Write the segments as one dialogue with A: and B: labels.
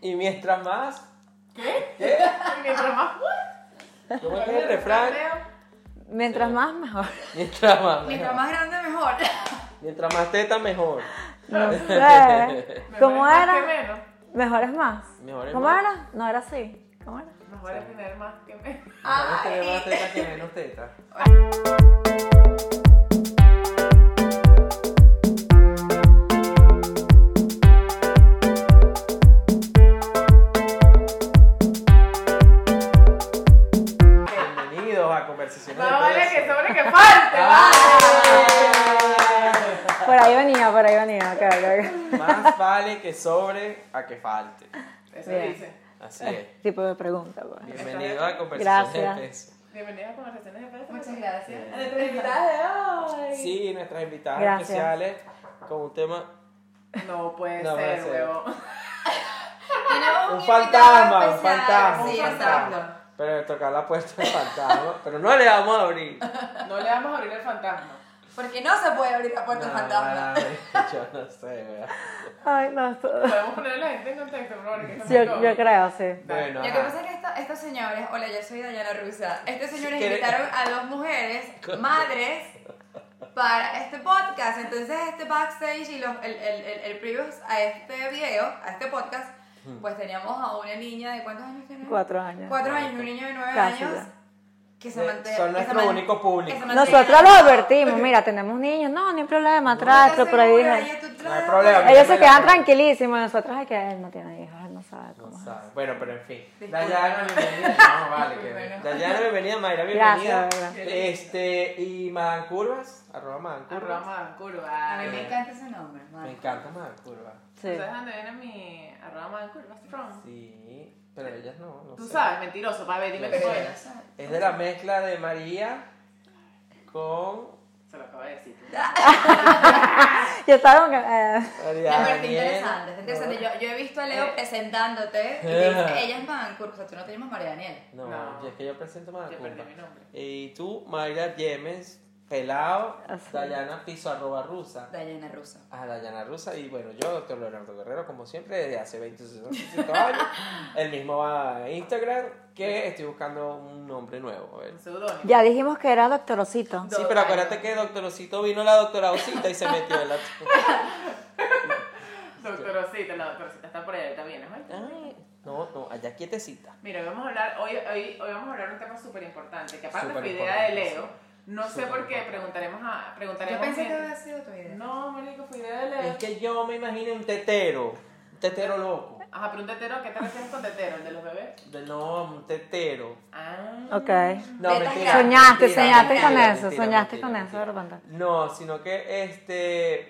A: Y mientras más.
B: ¿Qué?
A: ¿Qué?
B: Y mientras más what?
A: ¿Cómo es el refrán?
C: Mientras más, mejor.
A: Mientras más.
B: Mientras más grande, mejor.
A: Mientras más teta, mejor.
C: No sé.
B: Me
C: ¿Cómo
B: parece más que
C: era?
B: menos.
C: Mejor es más.
A: Mejor es
C: ¿Cómo
A: más.
C: era? No era así. ¿Cómo era?
B: Nos vale tener más que menos.
A: Mejor es tener más teta que menos teta. Bienvenidos a conversaciones.
B: No
A: de
B: vale
A: Plaza.
B: que sobre que falte,
A: Ah.
B: vale.
C: Por ahí venía, por ahí venía. Ok, ok,
A: Más vale que sobre a que falte.
B: Eso
C: Bien.
B: dice.
A: Así es.
C: ok. Tipo de pregunta, pues.
A: Bienvenido a Conversaciones de
C: Gracias.
A: Peso.
B: Bienvenidos a Conversaciones de Peso.
D: Muchas gracias.
A: Sí.
D: A nuestra invitada de hoy.
A: Sí, nuestras invitadas
C: Gracias.
A: especiales con un tema,
B: No puede
A: No puede
B: ser,
A: ser.
B: huevón.
D: Tenemos
A: un
D: invitado
A: fantasma, un
D: especial.
A: fantasma,
D: Sí,
A: un
D: exacto.
A: fantasma. Pero le tocar la puerta del fantasma, pero no le vamos a abrir.
B: No le vamos a abrir el fantasma.
D: Porque no se puede abrir la puerta al fantasma.
A: Ay, yo no sé, weón.
C: Ay, no, esto...
B: Podemos poner a la gente en contexto, por favor. que esto es muy
C: Yo,
B: loco.
C: yo creo, sí.
A: Bueno,
D: Lo que
A: ajá.
D: pasa es que esto- estos señores, hola, yo soy Dayana Rusa. Estos señores
A: ¿Qué?
D: invitaron a dos mujeres, madres, para este podcast. Entonces, este backstage y los, el, el, el, el previous a este video, a este podcast,
A: Hmm.
D: pues teníamos a una niña de cuántos años tiene?
C: Cuatro años.
D: Cuatro años, un niño de nueve
C: Casi
D: años.
C: ya.
D: Que se
A: Eh,
D: mantiene.
A: son nuestro único público.
C: Nosotros lo advertimos, mira, tenemos niños, no, ni problema, tráetelo, pero ahí dije-
A: No hay problema.
C: Ellos se quedan tranquilísimos, nosotros es que él no tiene hijos, él no sabe
A: No
C: cómo. es.
A: sabe. Bueno, pero en fin.
D: Disculpa.
A: Dayana, bienvenida. No, vale, que
B: Bueno.
A: Dayana, bienvenida. Mayra, bienvenida.
C: Gracias,
B: Mayra.
A: este, y Madame Curvas, arroba Madame Curvas.
B: Arroba
D: A
B: Mancurva.
D: mí me encanta ese nombre,
A: Me
D: madre.
A: encanta Madame Curvas.
C: Sí.
B: ¿Sabes dónde viene mi arroba Mancurva? from?
A: Sí, pero ellas no, no
B: Tú
A: sé.
B: sabes, mentiroso, para ver, dime que
A: Pero-
B: soy.
A: Es de la mezcla de María con
B: Se lo acabo de decir.
C: Yo estaba como que, eh,
A: María.
D: Me parece
A: Daniela.
D: interesante, es interesante. Yo, yo he visto a Leo
B: Eh.
D: presentándote y te dice, ella es Mancur, o sea, tú no te llamas María Daniela.
A: No,
B: No.
A: yo es que yo presento Madame
B: Ya perdí
A: Curvas.
B: mi nombre.
A: Y tú, Mayra Yemes, pelado,
C: Así.
A: Dayana Piso, arroba rusa.
D: Dayana Russo.
A: a Dayana Rusa y bueno, yo, doctor Leonardo Guerrero, como siempre, desde hace 25 años, el mismo a Instagram, que estoy buscando un nombre nuevo. a ver.
B: Un pseudónimo.
C: ya dijimos que era doctorosito.
A: Sí, pero acuérdate que doctorocito vino la doctora Osita y se metió en la...
B: Doctorosita, la doctorosita está por allá, está bien, ¿no?
A: Ay, no, no, allá quietecita.
B: Mira, vamos a hablar, hoy, hoy, hoy vamos a hablar de un tema súper importante, que aparte fue idea de
A: Superimportante,
B: Leo.
A: sí.
B: No sé por qué,
A: Superimportante.
B: preguntaremos a...
D: Yo
B: Preguntaremos
D: pensé
B: en-
D: que había sido tu idea.
B: No, marico, fue idea de Leo.
A: Es que yo me imagino un tetero, un tetero loco.
B: Ajá, pero un tetero, ¿a ¿qué te refieres con tetero? ¿El de los bebés?
A: De- No, un tetero.
B: Ah.
A: No,
C: Ok.
D: Tetas
A: mentira,
C: Soñaste,
D: grandes.
A: mentira,
C: soñaste
A: mentira, mentira,
C: con eso,
A: mentira,
C: soñaste
A: mentira,
C: con
A: mentira.
C: eso, de repente.
A: No, sino que, este,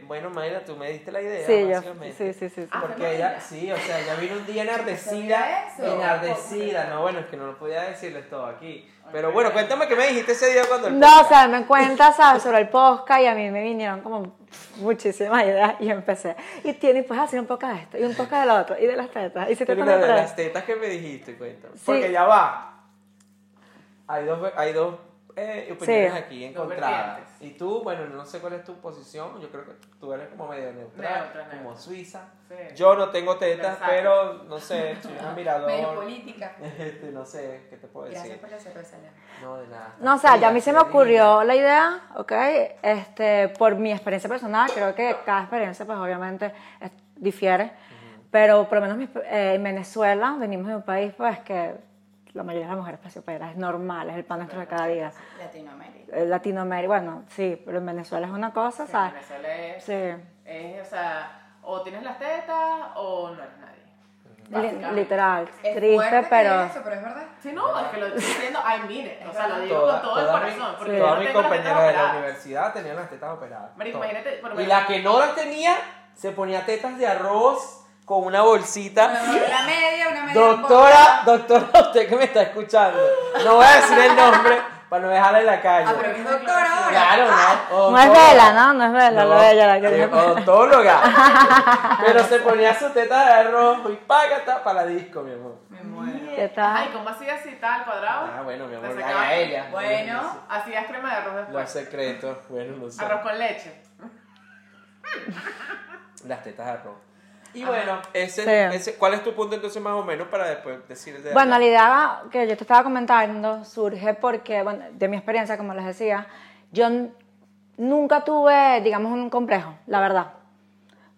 A: bueno, Mayra, tú me diste la idea,
C: Sí, yo,
A: básicamente.
C: sí, sí, sí. sí.
B: Ah,
A: Porque
B: fue
A: ella,
B: Mayra.
A: sí, o sea, ella vino un día
D: ¿Sabía
A: enardecida,
D: eso?
A: enardecida, no, bueno, es que no lo podía decirles todo aquí. Pero
B: Ay,
A: bueno,
B: Mayra.
A: cuéntame qué me dijiste ese día cuando el
C: No, o sea, me cuentas ¿sabes? sobre el podcast y a mí me vinieron como muchísimas ideas y empecé. Y tienes, pues, así un podcast de esto y un podcast del otro y de las tetas. Y si te
A: Pero
C: pones
A: de
C: atrás.
A: las tetas que me dijiste, cuéntame.
C: Sí.
A: Porque ya va. Hay dos, hay dos eh, opiniones
C: Sí.
A: aquí
B: Dos
A: encontradas.
B: vertientes.
A: Y tú, bueno, no sé cuál es tu posición, yo creo que tú eres como medio neutral,
B: Neutra, neutra.
A: como suiza.
B: Sí.
A: Yo no tengo tetas,
B: Versátil.
A: pero no sé, soy un
D: Medio
A: admirador.
D: política.
A: Este, no sé, ¿qué te puedo
D: Gracias
A: decir?
D: por la cerveza, Leo.
A: No, de nada.
C: No, o sea, ya a mí se me
A: Tranquila,
C: ocurrió la idea, ¿ok? Este, por mi experiencia personal, creo que cada experiencia, pues obviamente, es- difiere. Pero por lo menos mi- eh, en Venezuela venimos de un país, pues que la mayoría de las mujeres pasioperas es normal, es el pan nuestro de cada día.
D: Latinoamérica.
C: Eh, Latinoamérica, bueno, sí, pero en Venezuela es una cosa,
B: Sí,
C: ¿sabes?
B: Venezuela es,
C: Sí,
B: es, o sea, o tienes las tetas o no eres nadie.
C: li-
B: Básicamente.
C: literal,
D: Es
C: triste,
D: fuerte
C: pero...
D: eso, pero es verdad.
B: Sí, no, es que lo estoy diciendo, ay, mire, o sea, lo digo
A: Toda-
B: con todo
A: toda
B: el corazón.
A: mi-
B: Porque
A: todas
B: yo no
A: mis
B: tengo las
A: compañeras
B: tetas
A: de la
B: operadas.
A: universidad tenían las tetas operadas.
B: Marico,
A: Todas.
B: imagínate, por lo
A: Y
B: menos-
A: la que no las tenía, se ponía tetas de arroz con una bolsita.
D: Una media, una media.
A: Doctora, doctora, usted que me está escuchando. No voy a decir el nombre para no dejarla en la calle.
D: Ah, pero que es doctora ahora.
A: Claro, no.
C: No es
A: odontóloga.
C: vela, ¿no? No es vela, lo de ella, la que-
A: eh, odontóloga. Pero se ponía su teta de arroz y págata para la disco, mi amor.
D: Me muero.
C: ¿Qué tal?
B: Ay, ¿cómo hacías así tal cuadrado?
A: Ah, bueno, mi amor,
B: Te
A: la
B: sacaba-
A: Gaelia.
D: Pues Bueno.
B: Hacías crema de arroz
A: Los
B: después.
A: secretos, bueno, no sé.
B: Arroz con leche.
A: Las tetas de arroz. Y bueno, ese,
C: Sí.
A: ese, ¿cuál es tu punto entonces más o menos para después decir de
C: Bueno, la idea que yo te estaba comentando surge porque, bueno, de mi experiencia, como les decía, yo n- nunca tuve, digamos, un complejo, la verdad.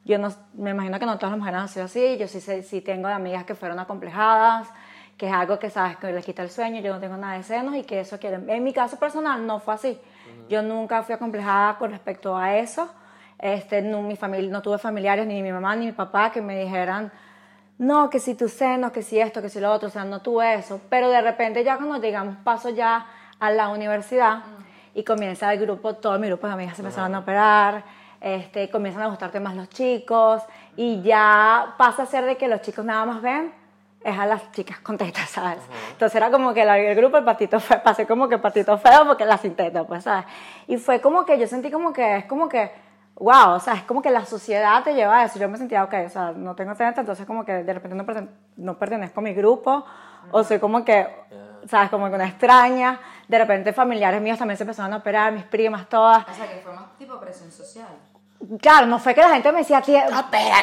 C: Yo no, me imagino que no todas las mujeres han sido así, yo sí, sé- sí tengo amigas que fueron acomplejadas, que es algo que sabes que les quita el sueño, yo no tengo nada de senos y que eso quieren. En mi caso personal no fue así. Yo nunca fui acomplejada con respecto a eso. Este, no, mi familia, no tuve familiares, ni mi mamá ni mi papá, que me dijeran, no, que si tus senos, que si esto, que si lo otro, o sea, no tuve eso. Pero de repente ya cuando llegamos paso ya a la universidad y comienza el grupo, todo mi grupo de amigas se empezaron a operar, este, comienzan a gustarte más los chicos y ya pasa a ser de que los chicos nada más ven es a las chicas con tetas, ¿sabes? Entonces era como que la- el grupo el patito feo, pasé como que patito feo porque las sin tetas, pues, ¿sabes? Y fue como que yo sentí como que es como que wow, o sea, es como que la sociedad te lleva a eso. Yo me sentía, ok, o sea, no tengo talento, entonces como que de repente no, perten- no pertenezco a mi grupo, o soy como que, ¿sabes? Como que una extraña. De repente familiares míos también se empezaron a operar, mis primas todas.
D: O sea, que fue más tipo presión social.
C: Claro, no fue que la gente me decía, "Tía,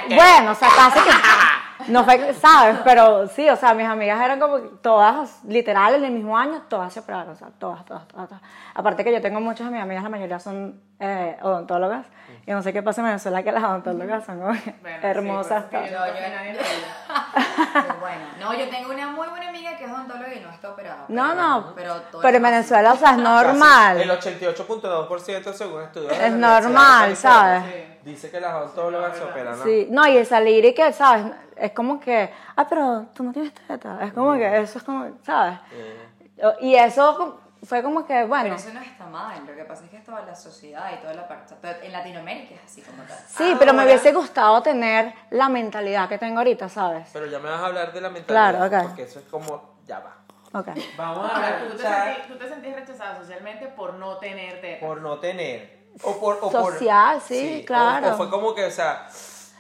C: bueno, o sea, casi que, no fue, que- ¿sabes? Pero sí, o sea, mis amigas eran como que todas, literal, en el mismo año, todas se operaron, o sea, todas, todas, todas. todas. Aparte que yo tengo muchas de mis amigas, la mayoría son eh, odontólogas, y no sé qué pasa en Venezuela que las odontólogas son como que
B: Bueno, sí,
C: hermosas.
B: por eso es que
C: todas.
B: yo no tengo nadie en realidad.
D: Qué bueno. No, yo tengo una muy buena amiga que es odontóloga y no está operada.
C: No, no,
D: Pero,
C: pero,
D: todo
C: en Venezuela, o sea, es normal.
A: El 88.2% según estudios. de la Universidad de
C: Es normal,
A: California,
B: ¿sabes?
A: Dice que las odontólogas se operan. ¿no?
C: Sí, no, y el salir y que, ¿sabes? Es como que, ah, pero tú no tienes teta. Es como que eso es como, ¿sabes?
A: Eh,
C: Y eso co- fue como que,
D: Pero
C: bueno,
D: eso no está mal, lo que pasa es que es toda la sociedad y toda la parte. o sea, En Latinoamérica es así como tal.
C: sí, pero me
A: Ahora-
C: hubiese gustado tener la mentalidad que tengo ahorita, ¿sabes?
A: pero ya me vas a hablar de la mentalidad.
C: Claro, ok.
A: Porque eso es como, ya va.
C: Ok.
A: Vamos a
B: Ahora, tú te,
A: hablar
B: sentí- tú te sentís rechazada socialmente por no tener tetas.
A: por no tener. O por, o por-
C: Social, sí,
A: o-
C: claro.
A: O, fue como que, o sea,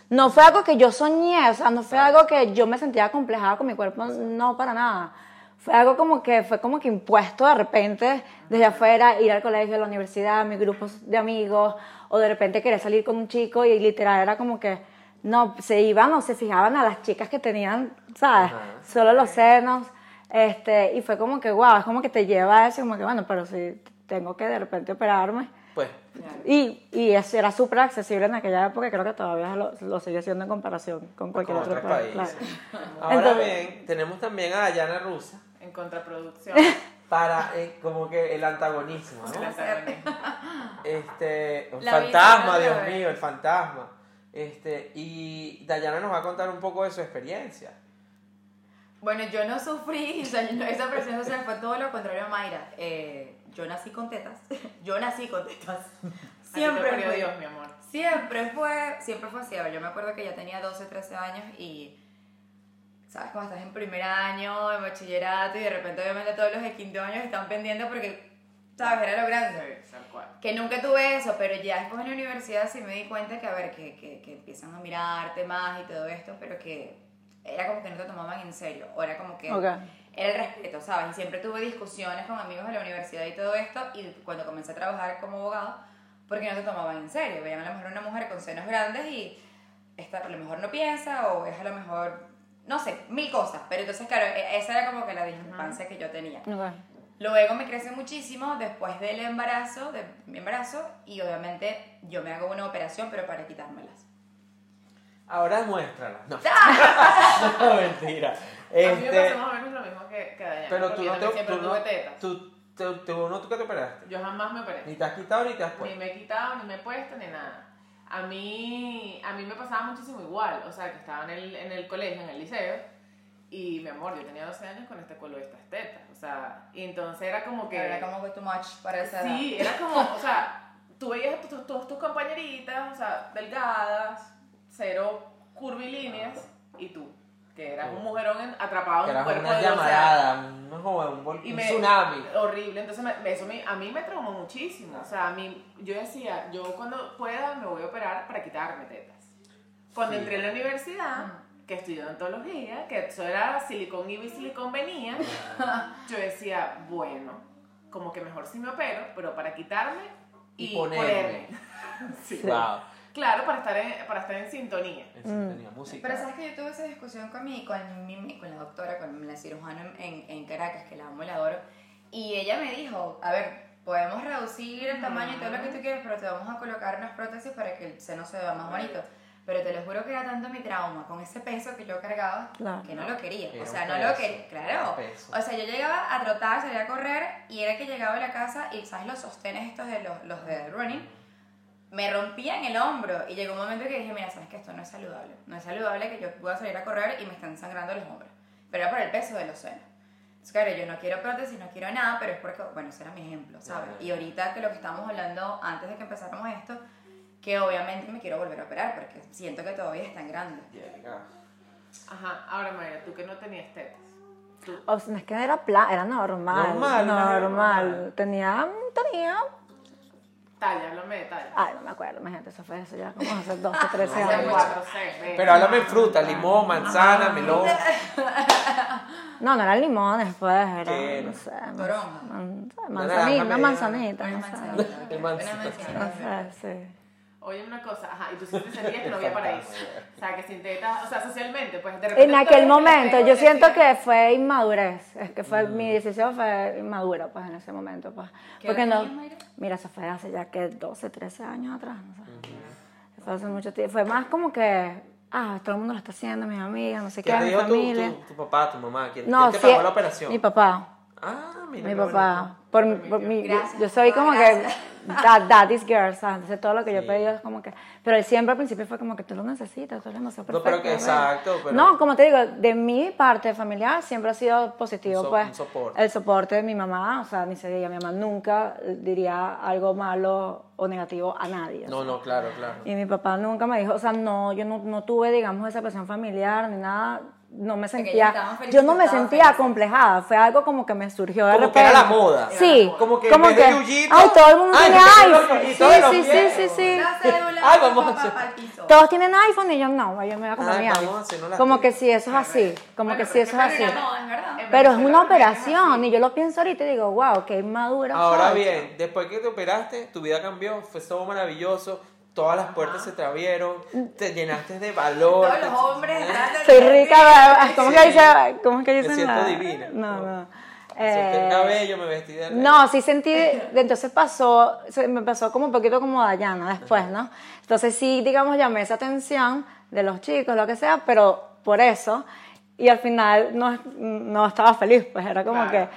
C: No fue algo que yo soñé, o sea, no fue algo que yo me sentía complejada con mi cuerpo, no, para nada. Fue algo como que, fue como que impuesto de repente desde afuera, ir al colegio, a la universidad, a mis grupos de amigos, o de repente querer salir con un chico y literal era como que, no, se iban o se fijaban a las chicas que tenían, ¿sabes?
A: Ajá.
C: Solo los senos, este, y fue como que, wow, es como que te lleva a eso, como que, bueno, pero si tengo que de repente operarme,
A: pues,
C: y, y eso era súper accesible en aquella época, creo que todavía lo, lo sigue siendo en comparación con cualquier
A: con
C: otro
A: otros
C: país.
A: países.
C: claro.
A: Ahora
C: Entonces-
A: bien, tenemos también a Dayana Rusa
B: En contraproducción.
A: para eh, como que el antagonismo, ¿no?
B: el antagonismo.
A: Este, un
D: La
A: fantasma,
D: vida,
A: Dios
D: la vida.
A: mío, el fantasma. Este, y Dayana nos va a contar un poco de su experiencia.
D: Bueno, yo no sufrí, o sea, yo no- esa presión social fue todo lo contrario a Mayra. Eh, yo nací con tetas, yo nací con tetas. Siempre
B: Siempre te parió
D: fue,
B: Dios, mi amor.
D: siempre fue, siempre fue así. A ver, yo me acuerdo que ya tenía 12, 13 años y, ¿sabes? Cuando estás en primer año, en bachillerato y de repente obviamente todos los de quinto año están pendientes porque, ¿sabes? Era lo grande.
B: Sí, tal cual.
D: Que nunca tuve eso, pero ya después en la universidad sí me di cuenta que, a ver, que, que, que empiezan a mirarte más y todo esto, pero que era como que no te tomaban en serio, o era como que
C: Ok.
D: era el respeto, ¿sabes? Y siempre tuve discusiones con amigos de la universidad y todo esto, y cuando comencé a trabajar como abogado, porque no te tomaban en serio, veían a lo mejor una mujer con senos grandes y esta a lo mejor no piensa, o es a lo mejor, no sé, mil cosas, pero entonces, claro, e- esa era como que la discrepancia que yo tenía.
C: Ok.
D: Luego me crece muchísimo después del embarazo, de mi embarazo, y obviamente yo me hago una operación, pero para quitármelas.
A: Ahora muéstrala. No, No, mentira.
B: Ah. A mí me
A: Este,
B: pasó más o menos lo mismo que, que a Dayana.
A: pero tú
B: porque yo
A: no te,
B: también siempre
A: tú no,
B: tuve tetas.
A: tú, tú- tú no tú que te operaste.
B: Yo jamás me operé.
A: Ni te has quitado ni te has
B: Ni
A: puesto.
B: me he quitado, ni me he puesto, ni nada. A mí, a mí me pasaba muchísimo igual, o sea, que estaba en el, en el colegio, en el liceo, y mi amor, yo tenía 12 años con este cuello de estas tetas, o sea, y entonces era como que...
D: Era como que too much para esa edad.
B: sí, era como, o sea, tú veías a tus- todas tus compañeritas, o sea, delgadas, cero curvilíneas, y tú, que eras un mujerón en- atrapado
A: Que
B: en un
A: eras
B: cuerpo
A: una
B: de 12 años.
A: llamarada, un, no, un, vol-
B: Y
A: un
B: me-
A: tsunami.
B: Horrible, entonces me- eso me- a mí me traumó muchísimo. O sea, a mí, yo decía, yo cuando pueda me voy a operar para quitarme tetas. Cuando
A: Sí.
B: entré en la universidad, que estudié odontología, que eso era silicón iba y silicón venía, yo decía, bueno, como que mejor si me opero, pero para quitarme
A: Y
B: y,
A: ponerme.
B: ponerme. Sí.
A: Wow.
B: claro para estar en, para estar en sintonía.
A: En sintonía, música.
D: Pero sabes que yo tuve esa discusión con mi, con mi- con la doctora, con la cirujana en, en Caracas, que la amo y la adoro, y ella me dijo, a ver, podemos reducir el tamaño y todo lo que tú quieras, pero te vamos a colocar unas prótesis para que el seno se vea más bonito. Pero te lo juro que era tanto mi trauma con ese peso que yo cargaba
C: Claro.
D: que no lo quería.
A: Era
D: o
A: un
D: sea, no lo
A: peso,
D: quería.
A: era un
D: Claro.
A: peso.
D: O sea, yo llegaba a trotar, salía a correr y era que llegaba a la casa y, ¿sabes? Los sostenes estos de los, los de running me rompían el hombro y llegó un momento que dije, mira, sabes que esto no es saludable. No es saludable que yo pueda salir a correr y me están sangrando los hombros. Pero era por el peso de los senos. Entonces, claro, yo no quiero prótesis, no quiero nada, pero es porque, bueno, ese era mi ejemplo, ¿sabes?
A: Claro.
D: Y ahorita que lo que estábamos hablando antes de que empezáramos esto, que obviamente me quiero volver a operar porque siento que todavía es tan grande.
A: Llega.
B: Ajá, ahora Mayra, tú que no tenías tetas. Tú,
C: O sea, no es que era, pla era normal.
A: Normal,
C: normal.
A: era normal.
C: Tenía, tenía,
B: talla, háblame de talla.
C: ay, no me acuerdo, imagínate, eso fue eso ya como hace 12, 13
A: No,
B: Hace
A: bueno.
C: años.
B: cuatro, seis, ve.
A: Pero háblame de fruta, limón, manzana, melón.
C: No, no eran limones, pues, era,
A: ¿Qué era?
C: no sé, man-
D: Toronja.
C: man-
A: naranja
C: manzanita, una
A: media.
C: manzanita,
D: Una
C: no sé.
D: manzanita.
A: El
D: Una
A: manzana.
C: No
D: manzana.
C: sé, sí.
B: Oye, una cosa, ajá, y tú siempre sentías que no había paraíso. O sea, que sin tetas, o sea, socialmente, pues de repente.
C: En aquel
B: tú eres
C: momento,
B: el
C: yo siento
B: decía,
C: que fue inmadurez, es que fue,
A: Mm.
C: mi decisión fue inmadura, pues, en ese momento, pues.
D: ¿Qué
C: Porque
D: edad
C: no,
D: tenías, Mayra?
C: mira, eso fue hace ya que 12, 13 años atrás, no sé. Fue hace mucho tiempo, fue más como que, ah, todo el mundo lo está haciendo, mis amigas, no sé
A: ¿Qué
C: qué,
A: te
C: mi
A: dijo tu,
C: familia.
A: tu- tu papá, tu mamá? ¿Quién, quién
C: No,
A: te
C: sí,
A: pagó la operación?
C: Mi papá.
A: Ah, mira.
C: Mi
A: qué
C: papá, por, mi- por mi, yo,
D: Gracias,
C: yo soy
D: papá,
C: como
D: gracias.
C: que dad, daddy's girl, ¿sabes? Entonces todo lo que yo
A: Sí.
C: pedí es como que, pero él siempre al principio fue como que tú lo necesitas, tú eres demasiado
A: No, pero
C: perfecta.
A: que
C: ¿no?
A: exacto, pero-
C: No, como te digo, de mi parte familiar siempre ha sido positivo,
A: Un so-
C: pues,
A: un soporte.
C: el soporte de mi mamá, o sea, ni se diga, mi mamá nunca diría algo malo o negativo a nadie. o
A: bueno. No, no, claro, claro.
C: y mi papá nunca me dijo, o sea, no, yo no, no tuve, digamos, esa presión familiar ni nada. No me
D: sea, que
C: sentía,
D: ya estaban
C: yo no me
D: felices,
C: sentía
D: estaban
C: acomplejada, fue algo como que me surgió de
A: Como que
C: repente.
A: era la moda.
C: Sí,
A: Como que en vez de yuyito,
C: ay, todo el mundo
A: ay,
C: tiene
A: que tengo
C: iPhone.
A: yuyito de los
C: Sí, sí, sí,
A: viejos.
C: sí, sí.
D: La cédula,
A: Ay, vamos a
D: papá,
A: hacer-
D: pa'l piso.
C: Todos tienen iPhone y yo no, yo me voy a comprar
A: Ay,
C: mi
A: Ah, vamos,
C: iPhone.
A: si no la
C: Como
A: tengo.
C: que sí, eso es así, como
B: Bueno,
C: que
B: pero
C: sí,
B: es
C: eso
B: que
C: es así.
B: Mariana
D: No, es verdad.
B: en
C: Pero es una
B: Venezuela también es
C: operación y yo lo pienso ahorita y digo, wow, qué madura.
A: Ahora
C: soy".
A: bien, después que te operaste, tu vida cambió, fue todo maravilloso, todas las puertas se te abrieron, te llenaste de valor.
D: Todos los hombres están-
C: Soy rica, ¿verdad? ¿cómo es que
A: Sí.
C: dice? ¿Cómo es que
A: Me
C: dicen?
A: siento
C: la-
A: divina.
C: No, no.
A: te- solté el
C: Eh,
A: cabello, me vestí de
C: No, sí sentí, de- entonces pasó, se me pasó como un poquito como Dayana después, ¿no? Entonces sí, digamos, llamé esa atención de los chicos, lo que sea, pero por eso, y al final no, no estaba feliz, pues era como
B: Claro.
C: que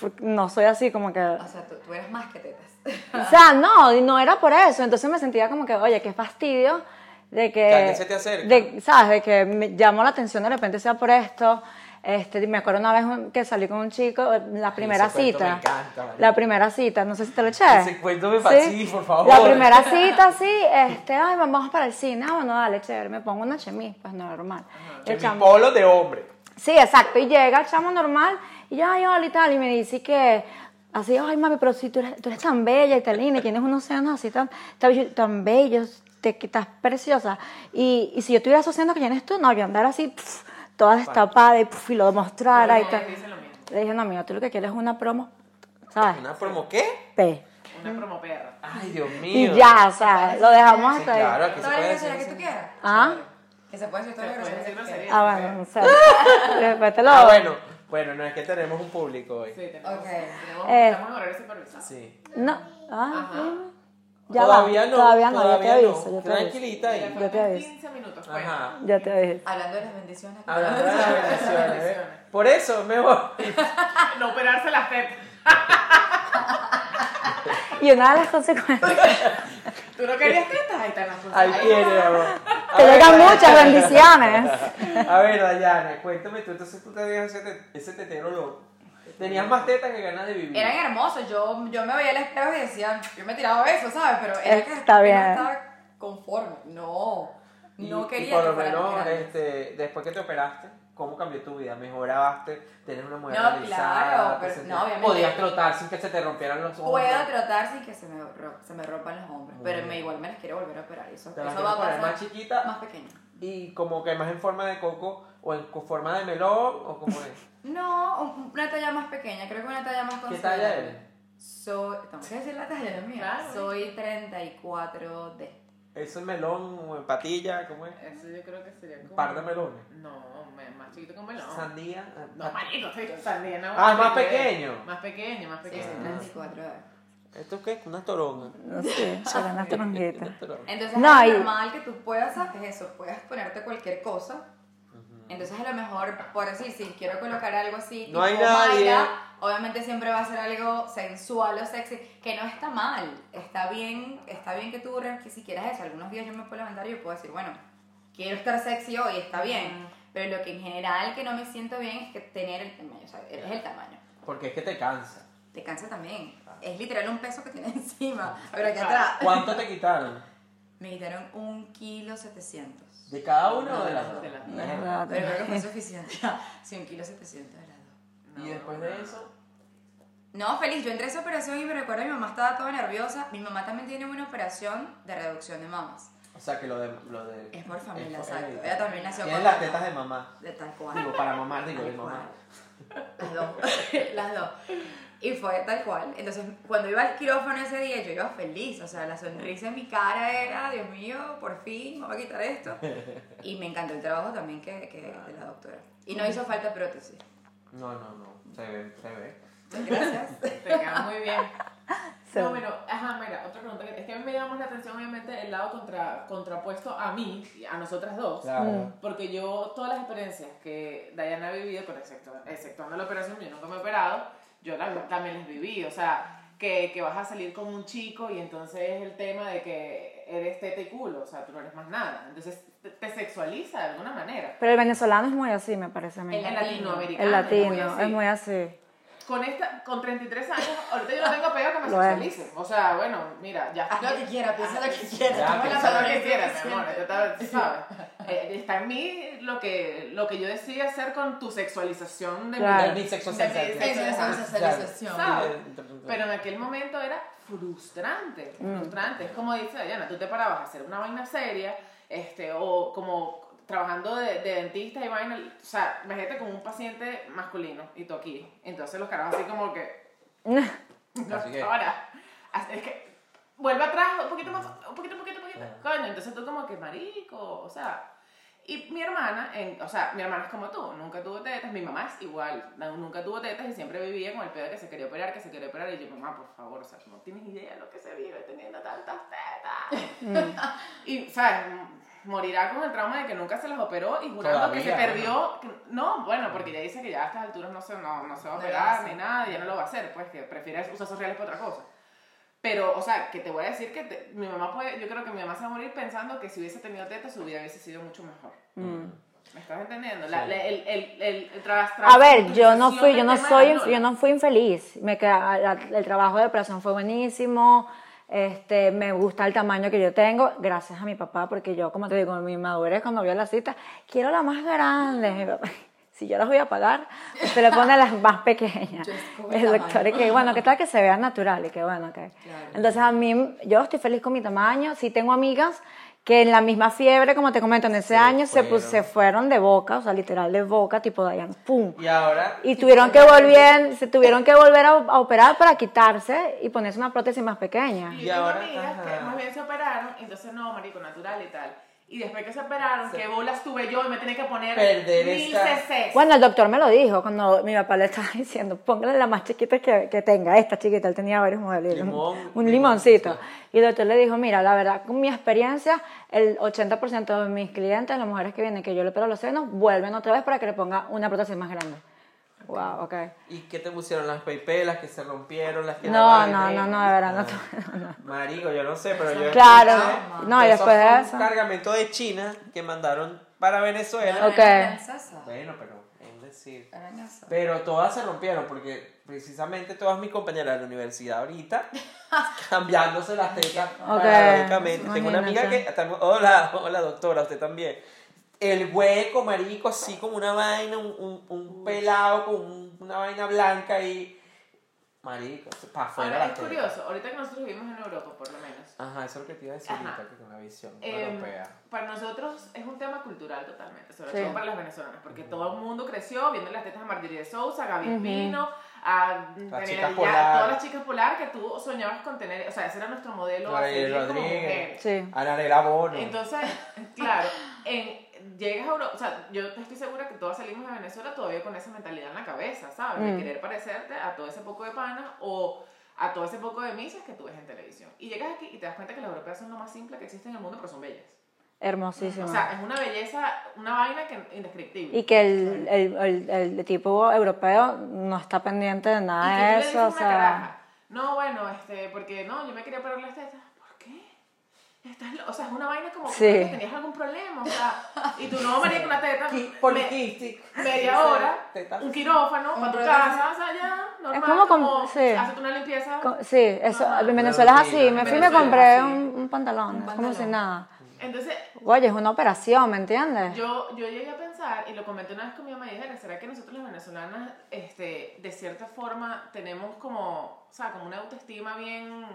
C: por- no soy así, como que...
D: O sea, tú, tú eres más que tetas.
C: O sea, no, y no era por eso, entonces me sentía como que, oye, qué fastidio de que...
A: Que alguien se te acerque.
C: de- ¿Sabes? De que me llamó la atención de repente sea por esto. Este, me acuerdo una vez un- que salí con un chico, eh, la primera
A: ese cuento
C: cita.
A: me encanta, María.
C: la primera cita, no sé si te lo eché.
A: Ese cuento me fascina, por favor.
C: La primera cita, sí, este, ay, vamos para el cine, ah, bueno, dale, chévere, me pongo una chemis, pues normal. Y el
A: Que mi
C: chamo-
A: polo de hombre.
C: Sí, exacto. Y llega el chamo normal y yo, ay, hola y tal. Y me dice que, así, ay, mami, pero si tú eres, tú eres tan bella y tan linda y tienes unos senos así tan, tan, tan bellos, te, que estás preciosa. Y, y si yo tuviera esos senos que tienes tú, no, yo andara así, pf, toda destapada y, pf, y lo mostrara y
B: Ay,
C: tal.
B: dicen lo mismo.
C: Le dije, no, amigo, tú lo que quieres es una promo, ¿sabes?
A: ¿Una promo qué?
C: P.
B: Una promo perra.
A: Ay, Dios mío.
C: Y ya, o sea, lo dejamos
A: Sí,
C: hasta ahí.
A: claro, aquí se
D: Todas las
A: puede
D: groserías que
A: decir.
D: tú quieras.
C: ¿Ah?
D: Que se puede decir todas
B: Se
D: las
B: puede
D: groserías
B: decir
D: que tú
B: grosería.
D: quieras.
C: Ah, bueno, o sea, después te lo...
A: Ah, bueno, bueno, no es que tenemos un público hoy.
B: Sí, tenemos.
D: Ok.
B: tenemos
C: Eh.
B: estamos en horario supervisado.
A: Sí.
C: No, ah,
B: Ajá.
C: ya va,
A: todavía no.
C: Todavía no, yo te
A: todavía no.
C: aviso, yo te aviso.
A: Tranquilita
B: Ya
A: ahí.
C: Yo te
B: faltan
C: aviso.
B: 15 minutos, pues.
A: Ajá.
C: Ya te dije.
D: Hablando de las bendiciones.
A: Hablando de las bendiciones. ¿eh?
B: Bendiciones.
A: Por eso me voy.
B: Ah, No operarse las tetas.
C: Y una de las consecuencias.
B: ¿Tú no querías tetas? Ahí están las cosas.
A: Ahí tiene, amor. A
C: Te
A: ver,
C: llegan
A: Dayana.
C: muchas bendiciones.
A: A ver, Dayana, cuéntame tú. Entonces tú tenías ese, te- ese tetero loco. Tenías más tetas que ganas de vivir.
D: Eran hermosos. Yo, yo me veía al espejo y decía, yo me tiraba besos, ¿sabes? Pero era que
C: Está
D: que
C: bien.
D: no estaba conforme. No.
A: Y-
D: No quería
A: Y por
D: que
A: lo
D: fueran
A: menos,
D: grandes.
A: este, después que te operaste, ¿cómo cambió tu vida? ¿Mejoraste? ¿Tenías una mujer
D: No,
A: realizada?
D: claro,
A: ¿Te
D: pero-
A: sentías-
D: no, obviamente.
A: Podías trotar sin que se te rompieran los ojos.
D: Puedo tratar sin que se me, ro- se me rompan los hombros,
A: Muy
D: pero
A: bien.
D: me, igual me las quiero volver a operar. Eso,
A: Te las
D: eso va a
A: quieres poner más
D: pasar
A: chiquita
D: más pequeño.
A: y como que más en forma de coco o en co- forma de melón o como de...
D: No, un- una talla más pequeña, creo que una talla más
A: ¿Qué
D: considerable.
A: talla eres?
D: Soy, tengo que decir la talla mía.
B: Claro.
D: Soy 34D.
A: Ese melón, patilla, ¿cómo es?
B: Eso yo creo que sería como.
A: Par de melones.
B: No, me- más chiquito que un melón.
A: Sandía. eh,
B: No,
A: pat-
B: marico, sí, sandía no.
A: Ah, más
B: pequeño.
A: pequeño.
B: Más pequeño, más
D: Sí,
B: pequeño.
D: son 34 horas.
A: ¿Esto qué es? Una toronja.
C: No sé, será una toronjita.
A: Una toronja.
D: Entonces
C: No,
D: es
C: y-
D: normal que tú puedas, ¿sabes eso? Puedas ponerte cualquier cosa. Entonces a lo mejor, por decir, si quiero colocar algo así,
A: No hay nadie.
D: obviamente siempre va a ser algo sensual o sexy, que no está mal, está bien, está bien que tú que si quieras eso, algunos días yo me puedo levantar y yo puedo decir, bueno, quiero estar sexy hoy, está bien, pero lo que en general que no me siento bien es que tener el tamaño, o sea, es el tamaño,
A: Porque es que te cansa.
D: te cansa también, es literal un peso que tienes encima, pero aquí atrás.
A: ¿Cuánto te quitaron?
D: Me quitaron un kilo setecientos.
A: ¿De cada una o
B: No,
A: de
B: de
A: las
B: las-
A: dos?
B: de las dos.
A: Mierda.
D: Pero creo que fue suficiente. Sí, un kilo setecientos de las dos.
A: Y después de eso,
D: No, feliz. Yo entré a esa operación y me recuerdo mi mamá estaba toda nerviosa. Mi mamá también tiene una operación de reducción de mamas.
A: o sea que lo de. Lo de
D: Es por familia,
A: es por
D: exacto.
A: hereditario.
D: Ella también nació
A: Tienes
D: con
A: las tetas de mamá.
D: De tal cual.
A: Digo, para mamar, digo,
D: Tal
A: de mamá.
D: cual. Las dos. Las dos. Y fue tal cual. Entonces, cuando iba al quirófano ese día, yo iba feliz. O sea, la sonrisa en mi cara era, Dios mío, por fin me voy a quitar esto. Y me encantó el trabajo también que, que de la doctora. Y no hizo falta prótesis.
A: No, no, no. Se ve, se ve.
D: Gracias.
B: Te queda muy bien.
C: Sí.
B: No, bueno, ajá, mira, otra pregunta. que- Es que a mí me llama más la atención, obviamente, el lado contra, contrapuesto a mí, y a nosotras dos.
A: Claro.
B: Porque yo, todas las experiencias que Diana ha vivido, con excepto, exceptuando la operación, yo nunca me he operado, yo la- también las viví. O sea, que, que vas a salir con un chico y entonces el tema de que eres tete y culo, o sea, tú no eres más nada. Entonces te, te sexualiza de alguna manera.
C: Pero el venezolano es muy así, me parece a mí.
D: El
B: El latinoamericano.
C: El
B: es muy
C: latino
B: así.
C: es muy así.
B: Con, esta, con 33 años, ahorita yo no tengo pegado que me
C: Lo es.
B: sexualicen. O sea, bueno, mira, ya.
D: Haz lo que quiera, piensa lo que quiera.
A: Ya,
D: Ah, Toma la
A: piensa
B: Piensa lo
D: palabra
B: que quieras, mi amor.
D: siente.
B: tú sabes. Eh, está en mí lo que, lo que yo decía hacer con tu sexualización de mi
C: Claro.
A: Del bisexo
B: Del
A: sensación.
D: Eso es
B: Ajá.
D: sensualización.
B: Claro.
A: Pero
B: Pero en aquel momento era frustrante, frustrante. Es como dice Dayana, tú te parabas a hacer una vaina seria, este, o como trabajando de, de dentista y vaina, o sea, imagínate con un paciente masculino y tú aquí. Entonces los carajos así como que, no,
A: Así que-
B: ahora, así- es que, vuelve atrás, un poquito más, un poquito, un poquito, un poquito,
A: Ajá.
B: coño. Entonces tú como que, marico, o sea... Y mi hermana, en- o sea, mi hermana es como tú, nunca tuvo tetas, mi mamá es igual, no- nunca tuvo tetas y siempre vivía con el pedo de que se quería operar, que se quería operar, y yo, mamá, por favor, o sea, no tienes idea de lo que se vive teniendo tantas tetas. y, ¿sabes? Morirá con el trauma de que nunca se las operó y jurando que se
A: Todavía,
B: perdió. que- no, bueno, porque ella dice que ya a estas alturas no se, no, no se va a
D: No lo
B: operar
D: hace.
B: ni nada, ya no lo va a hacer, pues que prefiere usar sus reales para otra cosa. Pero, o sea, que te voy a decir que te- mi mamá puede, yo creo que mi mamá se va a morir pensando que si hubiese tenido tetas su vida hubiese sido mucho mejor. ¿Me estás entendiendo? La-
A: Mm. Sí.
B: la- el, el, el, el tras-
C: A ver, yo no
B: transutilización
C: fui,
B: del
C: yo no
B: tema
C: soy,
B: de la
C: yo
B: lona.
C: no fui infeliz. Me queda- la- el trabajo de operación fue buenísimo. Este, me gusta el tamaño que yo tengo, gracias a mi papá, porque yo, como te digo, mi madurez cuando vio la cita, quiero la más grande. Mi papá, si yo las voy a pagar, usted le pone las más pequeñas.
D: Yo escojo el
C: El doctor, y
D: tamaño.
C: que bueno, que tal que se vea natural y que bueno, que.
D: Claro.
C: Entonces a mí, yo estoy feliz con mi tamaño. Sí tengo amigas que en la misma fiebre, como te comento, en ese año se, pus-
A: fueron.
C: se fueron de boca, o sea, literal de boca, tipo Dayan, pum.
A: Y ahora.
C: Y tuvieron que volver, se tuvieron que volver a, a operar para quitarse y ponerse una prótesis más pequeña.
B: Y,
A: Y
B: yo
A: ahora,
B: tengo amigas
A: ajá.
B: que más bien se operaron, entonces no, marico, natural y tal. Y después que se operaron, que bolas tuve yo y me tenía que poner
A: Perder
B: mil
A: esta-
B: cc.
C: Bueno, el doctor me lo dijo cuando mi papá le estaba diciendo, póngale la más chiquita que, que tenga, esta chiquita, él tenía varios modelos,
A: Limón,
C: un,
A: limón,
C: limoncito.
A: sí.
C: Y el doctor le dijo, mira, la verdad, con mi experiencia, el 80% de mis clientes, las mujeres que vienen, que yo le opero los senos, vuelven otra vez para que le ponga una prótesis más grande. Wow, ok.
A: ¿Y qué te pusieron? ¿Las peipelas que se rompieron? las que
C: No,
A: la-
C: no, no, no, de verdad, no.
A: ah. Marico, yo no sé, pero yo.
C: Claro.
A: escuché
C: No,
A: que
C: y después de
A: fue un
C: eso.
A: cargamento de China que mandaron para Venezuela.
D: Era
C: Ok.
D: cansasa.
A: Bueno, pero es decir.
D: Era cansasa.
A: Pero todas se rompieron porque precisamente todas mis compañeras de la universidad ahorita cambiándose las tetas
C: Ok,
A: paradójicamente. Tengo una amiga que
C: imagínate.
A: hasta- hola, hola doctora, usted también. El hueco, marico, así como una vaina, un, un- un pelado con un- una vaina blanca y marico, para
C: Ah,
A: afuera
B: Ahora,
A: las
B: es
A: tetas.
B: curioso, ahorita que nosotros vivimos en Europa, por lo menos,
A: Ajá, eso es lo que te iba a decir
B: Ajá.
A: ahorita que con la visión
B: Em,
A: europea.
B: para nosotros es un tema cultural totalmente, sobre
C: Sí.
B: todo para los venezolanos, porque todo el mundo creció viendo las tetas de Marjorie de Sousa, Gaby Espino, a
A: Las
B: tener
A: chicas
B: a
A: polar.
B: todas las chicas polar que tú soñabas con tener, o sea, ese era nuestro modelo a
A: Gabriel
B: seguir como
A: Rodríguez.
B: mujer.
C: Sí.
A: Anarela Bono.
B: Entonces, claro, en, llegas a Europa, o sea, yo estoy segura que todas salimos de Venezuela todavía con esa mentalidad en la cabeza, ¿sabes? De
C: Mm.
B: querer parecerte a todo ese poco de panas o a todo ese poco de misas que tú ves en televisión. Y llegas aquí y te das cuenta que las europeas son lo más simple que existe en el mundo, pero son bellas.
C: Hermosísimo.
B: O sea, es una belleza, una vaina que indescriptible.
C: y que el, el, el, el tipo europeo no está pendiente de
B: Y
C: nada
B: que
C: de
B: tú le dices
C: eso.
B: a
C: O
B: una
C: sea,
B: caraja, no, bueno, este, porque no, yo me quería parar las tetas. ¿Por qué? Estás lo- o sea, es una vaina como
C: Sí.
B: que tenías algún problema, o sea, y tú no, María, con una teta, me-
A: Poliquístico.
B: media hora,
A: Tetas.
B: un quirófano, para tu
D: reloj.
B: casa, o sea, ya, normal,
C: Es como con-
B: como,
C: sí.
B: hacerte una limpieza.
C: co- sí, eso,
B: Ajá.
C: en Venezuela es así.
A: Venezuela.
C: Me fui y
B: Venezuela
C: me
B: es
C: compré
B: así.
C: un, un pantalón.
D: Un
C: es como si
D: pantalón.
C: nada.
B: Entonces,
C: Oye, es una operación, ¿me entiendes?
B: Yo, yo llegué a pensar, y lo comenté una vez con mi mamá, y dije, ¿será que nosotros las venezolanas, este, de cierta forma, tenemos como, o sea, como una autoestima bien, o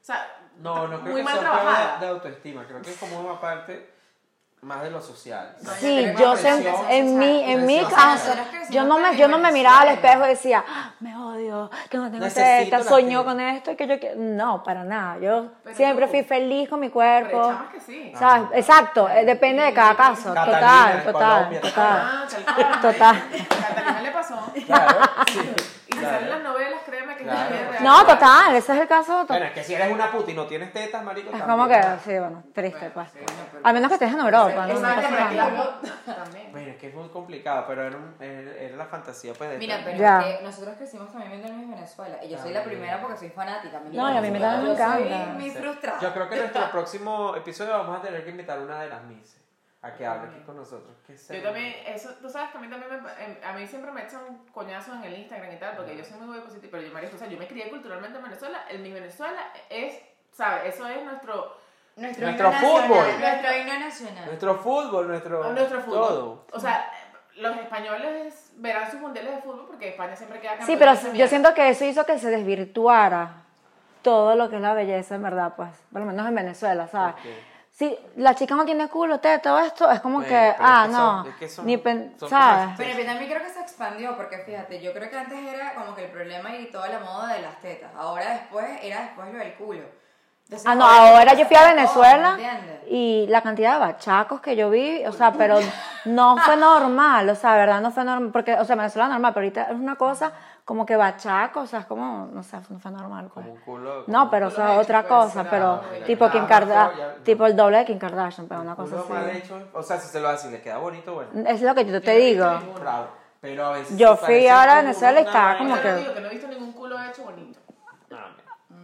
B: sea,
A: No, no creo
B: muy
A: que
B: mal
A: sea un tema de,
B: trabajada?
A: de autoestima. Creo que es como una parte más de lo social.
D: No, ya
C: Sí,
D: tenemos
C: yo
D: la
C: sé, en
D: presión social.
C: mi, en mi
A: Presión
C: caso,
A: social.
D: Nosotros
C: yo
D: crecimos
C: no me,
D: en
C: yo no me miraba al
D: Venezuela.
C: espejo y decía, "Ah, me odio, que no tengo
A: Necesito
C: teta,
A: las
C: soñó
A: tetas".
C: con esto y que yo quiero. No, para nada. Yo
B: Pero
C: siempre
B: tú-
C: fui feliz con mi
B: Pero
C: cuerpo. Ah.
B: chamas que sí.
C: ¿Sabes? Exacto, eh, depende de cada caso.
A: Ah. Catalina,
C: Total,
A: de
C: total,
A: Colombia,
C: total.
B: Ah, tal cual.
C: Total.
B: A Catalina le pasó.
A: Claro, sí.
B: Y si salen las novelas, créeme que es
A: Claro.
B: la vida real.
C: No, total, ese es el caso. to-
A: Bueno, es que si eres una puta y no tienes tetas, marico,
C: Es
A: también.
C: como que, sí, bueno, triste, pues.
B: Sí, no, pero-
C: A menos que estés en Europa, ¿no? No
B: Exacto,
C: pasa
B: pero aquí
C: nada.
B: las- también.
A: Bueno, es que es muy complicado, pero era, un- era- era la fantasía pues de
D: Mira,
A: todo.
D: pero
C: Ya.
D: es que nosotros crecimos también viendo en Venezuela. Y yo soy la primera porque soy fanática. me
C: No, y a mí me
D: encanta.
C: también me encanta.
D: Yo soy muy frustrada.
A: Yo creo que en nuestro próximo episodio vamos a tener que invitar a una de las Misses a que hable aquí con nosotros. Que se-
B: Yo también, eso, tú sabes que a mí también me, em, a mí siempre me echan coñazos en el Instagram y tal, porque yo soy muy body positiva, pero yo María, o sea, yo me crié culturalmente en Venezuela, en mi Venezuela es, ¿sabes? Eso es nuestro,
D: Nuestro,
A: Nuestro
D: himno
A: fútbol.
D: Nacional, nuestro himno nacional.
A: Nuestro fútbol, nuestro.
B: Ah, nuestro fútbol.
A: Todo.
B: O sea, los españoles verán sus mundiales de fútbol porque España siempre queda
C: Sí,
B: campeón
C: pero
B: de esa
C: yo
B: mierda.
C: siento que eso hizo que se desvirtuara todo lo que es la belleza, en verdad, pues, por lo menos en Venezuela, ¿sabes?
A: Ok.
C: Si la chica no tiene culo, te, todo esto, es como
A: Bueno,
C: que,
A: pero es
C: ah,
A: que
C: no,
A: son- es que son-
C: ni pen-
A: son
C: ¿sabes?
A: como-
D: Pero yo también creo que se expandió, porque fíjate, yo creo que antes era como que el problema y toda la moda de las tetas. Ahora después era después lo del culo. Entonces,
C: Ah, no, ahora yo fui a
D: todo,
C: Venezuela
D: ¿me entiendes?
C: y la cantidad de bachacos que yo vi, o sea, pero no fue normal, o sea, de verdad no fue normal, porque, o sea, Venezuela es normal, pero ahorita es una cosa como que bachacos, o sea, es como, no sé, no fue normal. pues.
A: Como un culo.
C: No, pero o
B: Lo
C: sea,
B: hecho,
C: otra
B: pues,
C: cosa,
B: será
C: pero
B: algo de
C: tipo
A: la
C: Kim
A: cara, ¿no?
C: Kardashian,
A: Ya-
C: tipo el doble de Kim Kardashian, pero una
A: un
C: cosa
A: culo mal
C: así.
A: hecho. O sea, si se lo hace y le queda bonito, bueno.
C: Es lo que yo te
B: no he
C: digo.
B: visto ninguno.
A: Bravo. Pero a veces.
C: Yo
A: sí
C: fui
A: parece
C: ahora a
A: como
C: Venezuela y
A: una
C: estaba
A: vaina.
C: como
B: Yo
C: que-
B: te digo que no he visto ningún culo hecho bonito.
A: No, mira.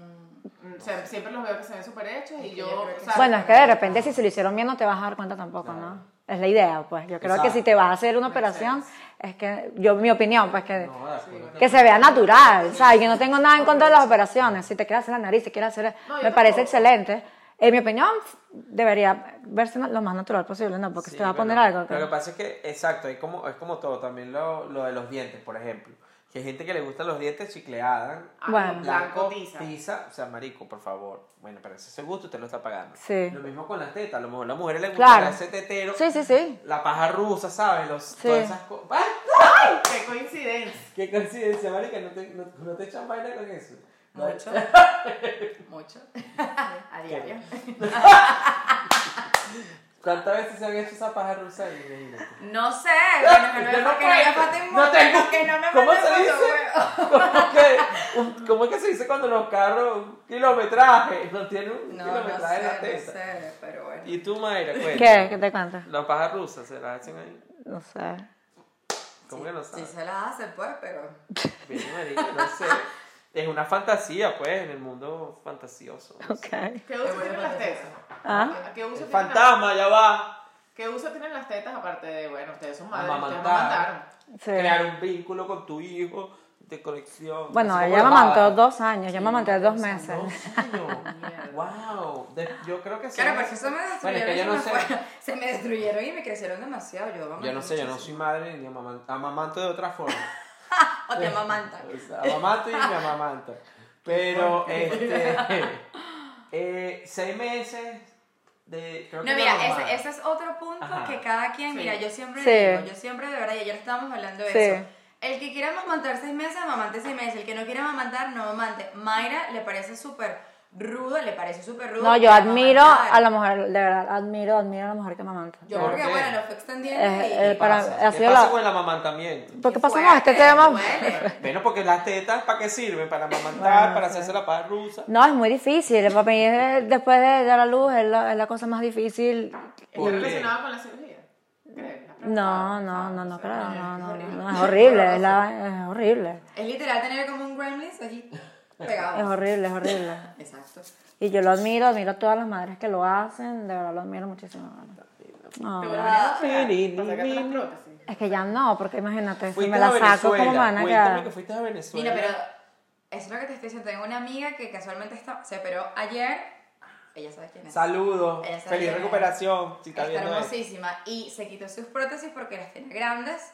B: Mm, o sea, siempre los veo que se ven súper hechos y yo,
D: yo creo
B: o
D: que
B: sea,
C: Bueno, es que de repente si se lo hicieron bien no te vas a dar cuenta tampoco,
A: Claro.
C: ¿no? Es la idea, pues. Yo creo que
A: Exacto.
C: si te vas a hacer una operación, es que, yo, mi opinión, pues que,
A: No, de acuerdo.
C: que se vea natural, ¿sabes? Yo no tengo nada en contra de las operaciones. Si te quieres hacer la nariz, si quieres hacer...
B: No, yo
C: me parece
B: tampoco.
C: excelente. En mi opinión, debería verse lo más natural posible, ¿no? Porque
A: Sí,
C: se te va a
A: bueno,
C: poner algo.
A: Lo
C: creo.
A: que pasa es que, exacto, es como, es como todo, también lo, lo de los dientes, por ejemplo. Que hay gente que le gustan los dientes chicleadas,
B: ah,
C: Bueno.
B: blanco,
A: blanco,
B: tiza.
A: tiza, o sea, marico, por favor. Bueno, pero ese es el gusto, usted lo está pagando.
C: Sí.
A: Lo mismo con las tetas, a lo mejor a la mujer le gusta
C: Claro.
A: ese tetero,
C: Sí, sí, sí.
A: la paja rusa, ¿sabes? Los,
C: Sí.
A: Todas esas cosas. ¡Ah!
B: Qué coincidencia.
A: ¡Qué coincidencia, marica! ¿No te, no, no te echan vaina con eso? No,
D: Mucho. Mucho. A diario.
A: ¿Cuántas veces se han hecho esa paja rusa ahí? Imagínate.
D: No sé, bueno, que no,
A: Yo
D: me-
A: no
D: que no me
A: cuento.
D: falten
A: No
D: mucho,
A: tengo-
D: que no me
A: ¿Cómo
D: falten
A: se
D: mucho,
A: dice?
D: huevo.
A: ¿Cómo que, un- ¿Cómo es que se dice cuando los carros, un kilometraje? No tiene un
D: No, no
A: kilometraje en la
D: sé, no
A: testa.
D: sé, pero bueno.
A: ¿Y tú, Mayra? cuenta?
C: ¿Qué? ¿Qué te cuentas?
A: ¿Las pajas rusas se las hacen ahí?
C: No sé.
A: ¿Cómo que no
D: Sí
A: sabes?
D: se las hace, pues, pero...
A: Bien, marica, no sé. Es una fantasía, pues, en el mundo fantasioso. no sé.
C: Ok.
B: ¿Qué uso tienen las tetas?
C: Ah.
B: ¿Qué
A: El
B: uso tienen las
A: fantasma, ya va.
B: ¿Qué uso tienen las tetas aparte de, bueno, ustedes son madres,
A: Amamantar.
B: ustedes amamantaron?
C: Sí.
A: Crear un vínculo con tu hijo de conexión.
C: Bueno,
A: Así como
C: ella me
A: la
C: amamantó
A: baba.
C: dos años, yo me amanté dos meses.
A: Dos años. wow. De- yo creo que sí.
D: Claro, porque eso me
A: Bueno,
D: destruyeron.
A: es que yo
D: se
A: no
D: me
A: sé.
D: fueron- Se me destruyeron y me crecieron demasiado. Yo, vamos,
A: Yo no sé, yo no soy madre ni amamanto, amamanto de otra forma.
D: Ah, O te amamantan.
A: O sea, Amamanto y me amamanto. Pero, este. eh, seis meses de. Creo que
D: No,
A: es
D: mira,
A: normal.
D: ese, ese es otro punto
A: Ajá.
D: que cada quien,
B: Sí.
D: mira, yo siempre
C: Sí.
D: digo, yo siempre de verdad, y ayer estábamos hablando de
C: Sí.
D: eso, El que quiera amamantar seis meses, amamante seis meses. El que no quiera amamantar, no amamante. Mayra le parece súper rudo, le parece súper rudo.
C: No, yo
D: que
C: admiro
D: amamantar.
C: a la mujer, de verdad, admiro, admiro a la mujer que amamanta.
D: Yo
A: ¿Por
D: porque,
A: qué?
D: bueno, lo fue extendiendo
C: Eh,
D: y...
C: eh, para-
A: pasa?
C: ha
A: ¿Qué
C: sido
A: pasa
C: la-
A: con el amamantamiento?
C: ¿Por qué
D: y fuerte,
C: pasamos a este tema?
D: duele.
A: Bueno, porque las tetas, ¿para qué sirven? Para amamantar,
C: Bueno,
A: para
C: sí.
A: hacerse la paja rusa.
C: No, es muy difícil. Para mí, eh, después de dar a luz, es la, es la cosa más difícil.
A: ¿Por qué?
B: ¿Está relacionado con la cirugía? ¿Crees? ¿Has
C: No,
B: preguntado?
C: no, no, no
B: O sea,
C: creo.
B: es
C: No, no, no,
B: horrible.
C: no, es horrible. Es, la- es horrible.
D: Es literal tener como un gremlins aquí
C: Es
D: pegado.
C: horrible, es horrible.
D: Exacto.
C: Y yo lo admiro, admiro a todas las madres que lo hacen. De verdad, lo admiro muchísimo. No,
B: Te
C: no.
B: volverías a operar
A: Ni,
B: para
A: ni,
B: sacarte las
A: ni.
B: prótesis.
C: es que ya no, porque imagínate, si
A: Fuiste
C: me la
A: a
C: saco,
A: Venezuela.
C: ¿cómo me van a
A: Cuéntame que
C: quedar?
A: fuiste a Venezuela.
D: Mira, pero eso es lo que te estoy diciendo. Tengo una amiga que casualmente está, se operó ayer. Ella sabe quién es.
A: Saludos.
D: Ella sabe
A: Feliz
D: que-
A: recuperación. Si está
D: está
A: viendo esto.
D: hermosísima. Y se quitó sus prótesis porque las tenía grandes.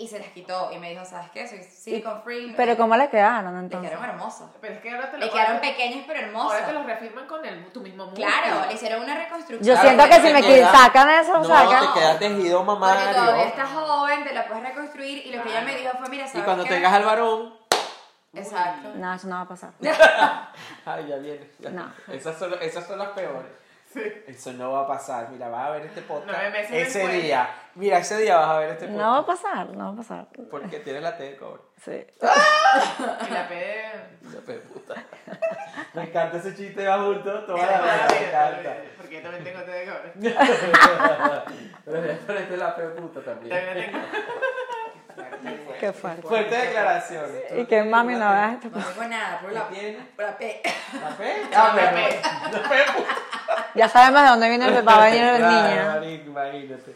D: Y se las quitó. Y me dijo, ¿sabes qué? Soy silicon free.
C: Pero ¿cómo le quedaron
D: Le
C: entonces?
D: quedaron hermosas.
B: Pero es que ahora te lo
D: Le quedaron
B: ahora te-
D: pequeñas pero
B: Ahora te
D: hermosas.
B: los reafirman con el, tu mismo músculo.
D: Claro, le hicieron una reconstrucción.
C: Yo
A: Claro,
C: siento que
A: porque te
C: si me
A: queda-
C: qui- sacan eso,
A: No,
C: sacan.
A: te queda tejido
D: Porque todavía
A: mamario.
D: estás joven, te la puedes reconstruir. Y lo que ella me dijo fue, mira, ¿sabes
A: Y cuando
D: qué?
A: tengas al varón.
D: Exacto.
C: No, eso no va a pasar.
A: Ay, ya viene. ya.
C: No.
A: Esas son, esas son las peores. Eso no va a pasar. Mira, vas a ver este podcast.
B: Nueve meses
A: ese
B: después.
A: día. Mira, ese día vas a ver este podcast.
C: No va a pasar, no va a pasar.
A: Porque tienes la T de cobre.
C: Sí.
B: Y la pede.
A: Hijo de puta. Me encanta ese chiste, va junto toda la vida. Me encanta.
B: Porque yo también tengo té de cobre.
A: Pero este es la fe puta también.
B: También tengo.
C: Qué fuerte.
A: Fuerte declaración.
C: Y que mami no veas esto.
D: No tengo nada, por la,
A: ¿Qué tiene?
D: por la P.
A: ¿La fe?
B: Ah,
A: bueno.
B: fe.
A: La fe puta.
C: Ya sabemos de dónde viene el va a venir el
A: Claro,
C: niño.
A: marico, imagínate.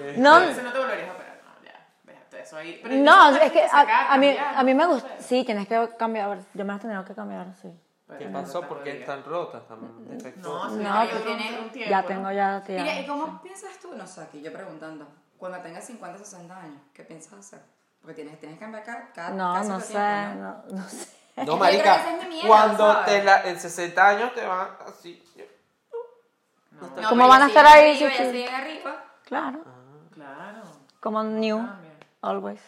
A: Eh,
C: No,
B: Entonces no te volverías a operar. No, ya. Déjate eso ahí. Pero
C: no,
B: tienes
C: es que
B: sacar,
C: a, a mí,
B: cambiar,
C: a mí me
B: no
C: gusta.
B: puedes.
C: Sí, tienes que cambiar. Yo me las tenido que cambiar, sí.
A: ¿Qué
B: Pero
A: pasó?
B: no
A: ¿Por
B: te
A: qué
B: podría.
A: están rotas? Tan defectuosas.
B: No, sí,
C: No,
B: ya
D: tú
B: duró un-
D: tienes-
B: un tiempo,
C: Ya
B: ¿no?
C: tengo ya tía.
D: Mira, ¿y cómo piensas tú? No sé, aquí yo preguntando. Cuando tengas 50, 60 años, ¿qué piensas hacer? Porque tienes, tienes que cambiar cada, cada
C: No,
D: cada
C: no
D: cierto
C: sé,
D: tiempo, ¿no?
C: no, no sé.
A: No,
D: Yo creo que
A: marica.
D: ese es mi miedo,
A: Cuando
D: ¿sabes?
A: te la, en 60 años te van así.
B: No,
D: No,
C: ¿Cómo
D: pero
C: van a
D: ya
C: estar
D: siguen
C: ahí
D: arriba,
C: si
D: ya
C: tú-
D: siguen arriba.
C: Claro,
B: Claro. Ah,
C: como new,
B: Cambia.
C: always.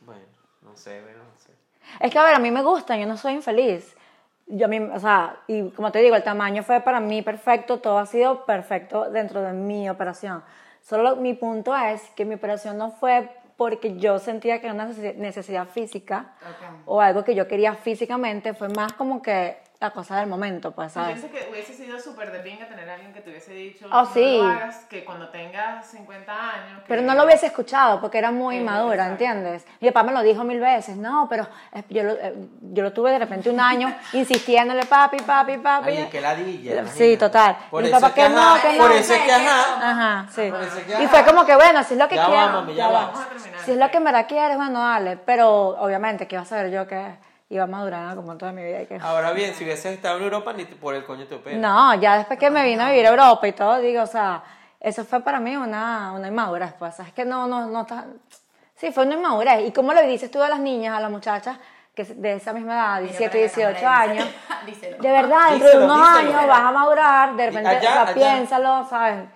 A: Bueno, no sé, bueno, no sé.
C: Es que a ver, a mí me gustan, yo no soy infeliz. Yo a mí, o sea, y como te digo, el tamaño fue para mí perfecto, todo ha sido perfecto dentro de mi operación. Solo mi punto es que mi operación no fue porque yo sentía que era una necesi- necesidad física
D: Ok.
C: o algo que yo quería físicamente, fue más como que la cosa del momento, pues,
B: Yo
C: ¿sabes?
B: pienso que hubiese sido súper de pinga tener a alguien que te hubiese dicho
C: Oh,
B: no
C: sí.
B: lo hagas, que cuando tengas 50 años. que-
C: Pero no lo hubiese escuchado porque era muy
B: Sí,
C: inmadura,
B: exacto.
C: ¿entiendes? Mi papá me lo dijo mil veces, no, pero eh, yo lo, eh, yo lo tuve de repente un año insistiéndole, papi, papi, papi.
A: Ay, qué ladilla.
C: Sí,
A: imagínate.
C: total.
A: Por
C: Mi
A: eso
C: papá
A: es que
C: que no,
A: ajá,
C: que
A: Por
C: no,
A: eso es que
D: que no.
A: ajá.
C: Ajá, sí.
A: Parece que,
C: Y
A: ajá.
C: fue como que, bueno, si es lo que
A: Ya
C: quiero.
A: va, mami, ya va.
B: Ah, Vamos a terminar.
C: Si es lo que me la quieres, bueno, dale. Pero obviamente, que iba a saber yo que iba a madurar en algún momento de mi vida? y que-
A: Ahora bien, si hubieses estado en Europa, ni te- por el coño te operas.
C: No, ya después que me vine a vivir a Europa y todo, digo, o sea, eso fue para mí una, una inmadurez, pues, es que no, no, no está... Sí, fue una inmadurez. ¿Y cómo le dices tú a las niñas, a las muchachas que es de esa misma edad,
D: Mira,
C: 17,
D: para la
C: 18
D: cámara,
C: años?
D: Díselo.
C: De verdad, dentro de
A: Díselo,
C: unos
A: díselo.
C: años vas a madurar, de repente,
A: Allá,
C: o sea,
A: allá.
C: piénsalo, ¿sabes?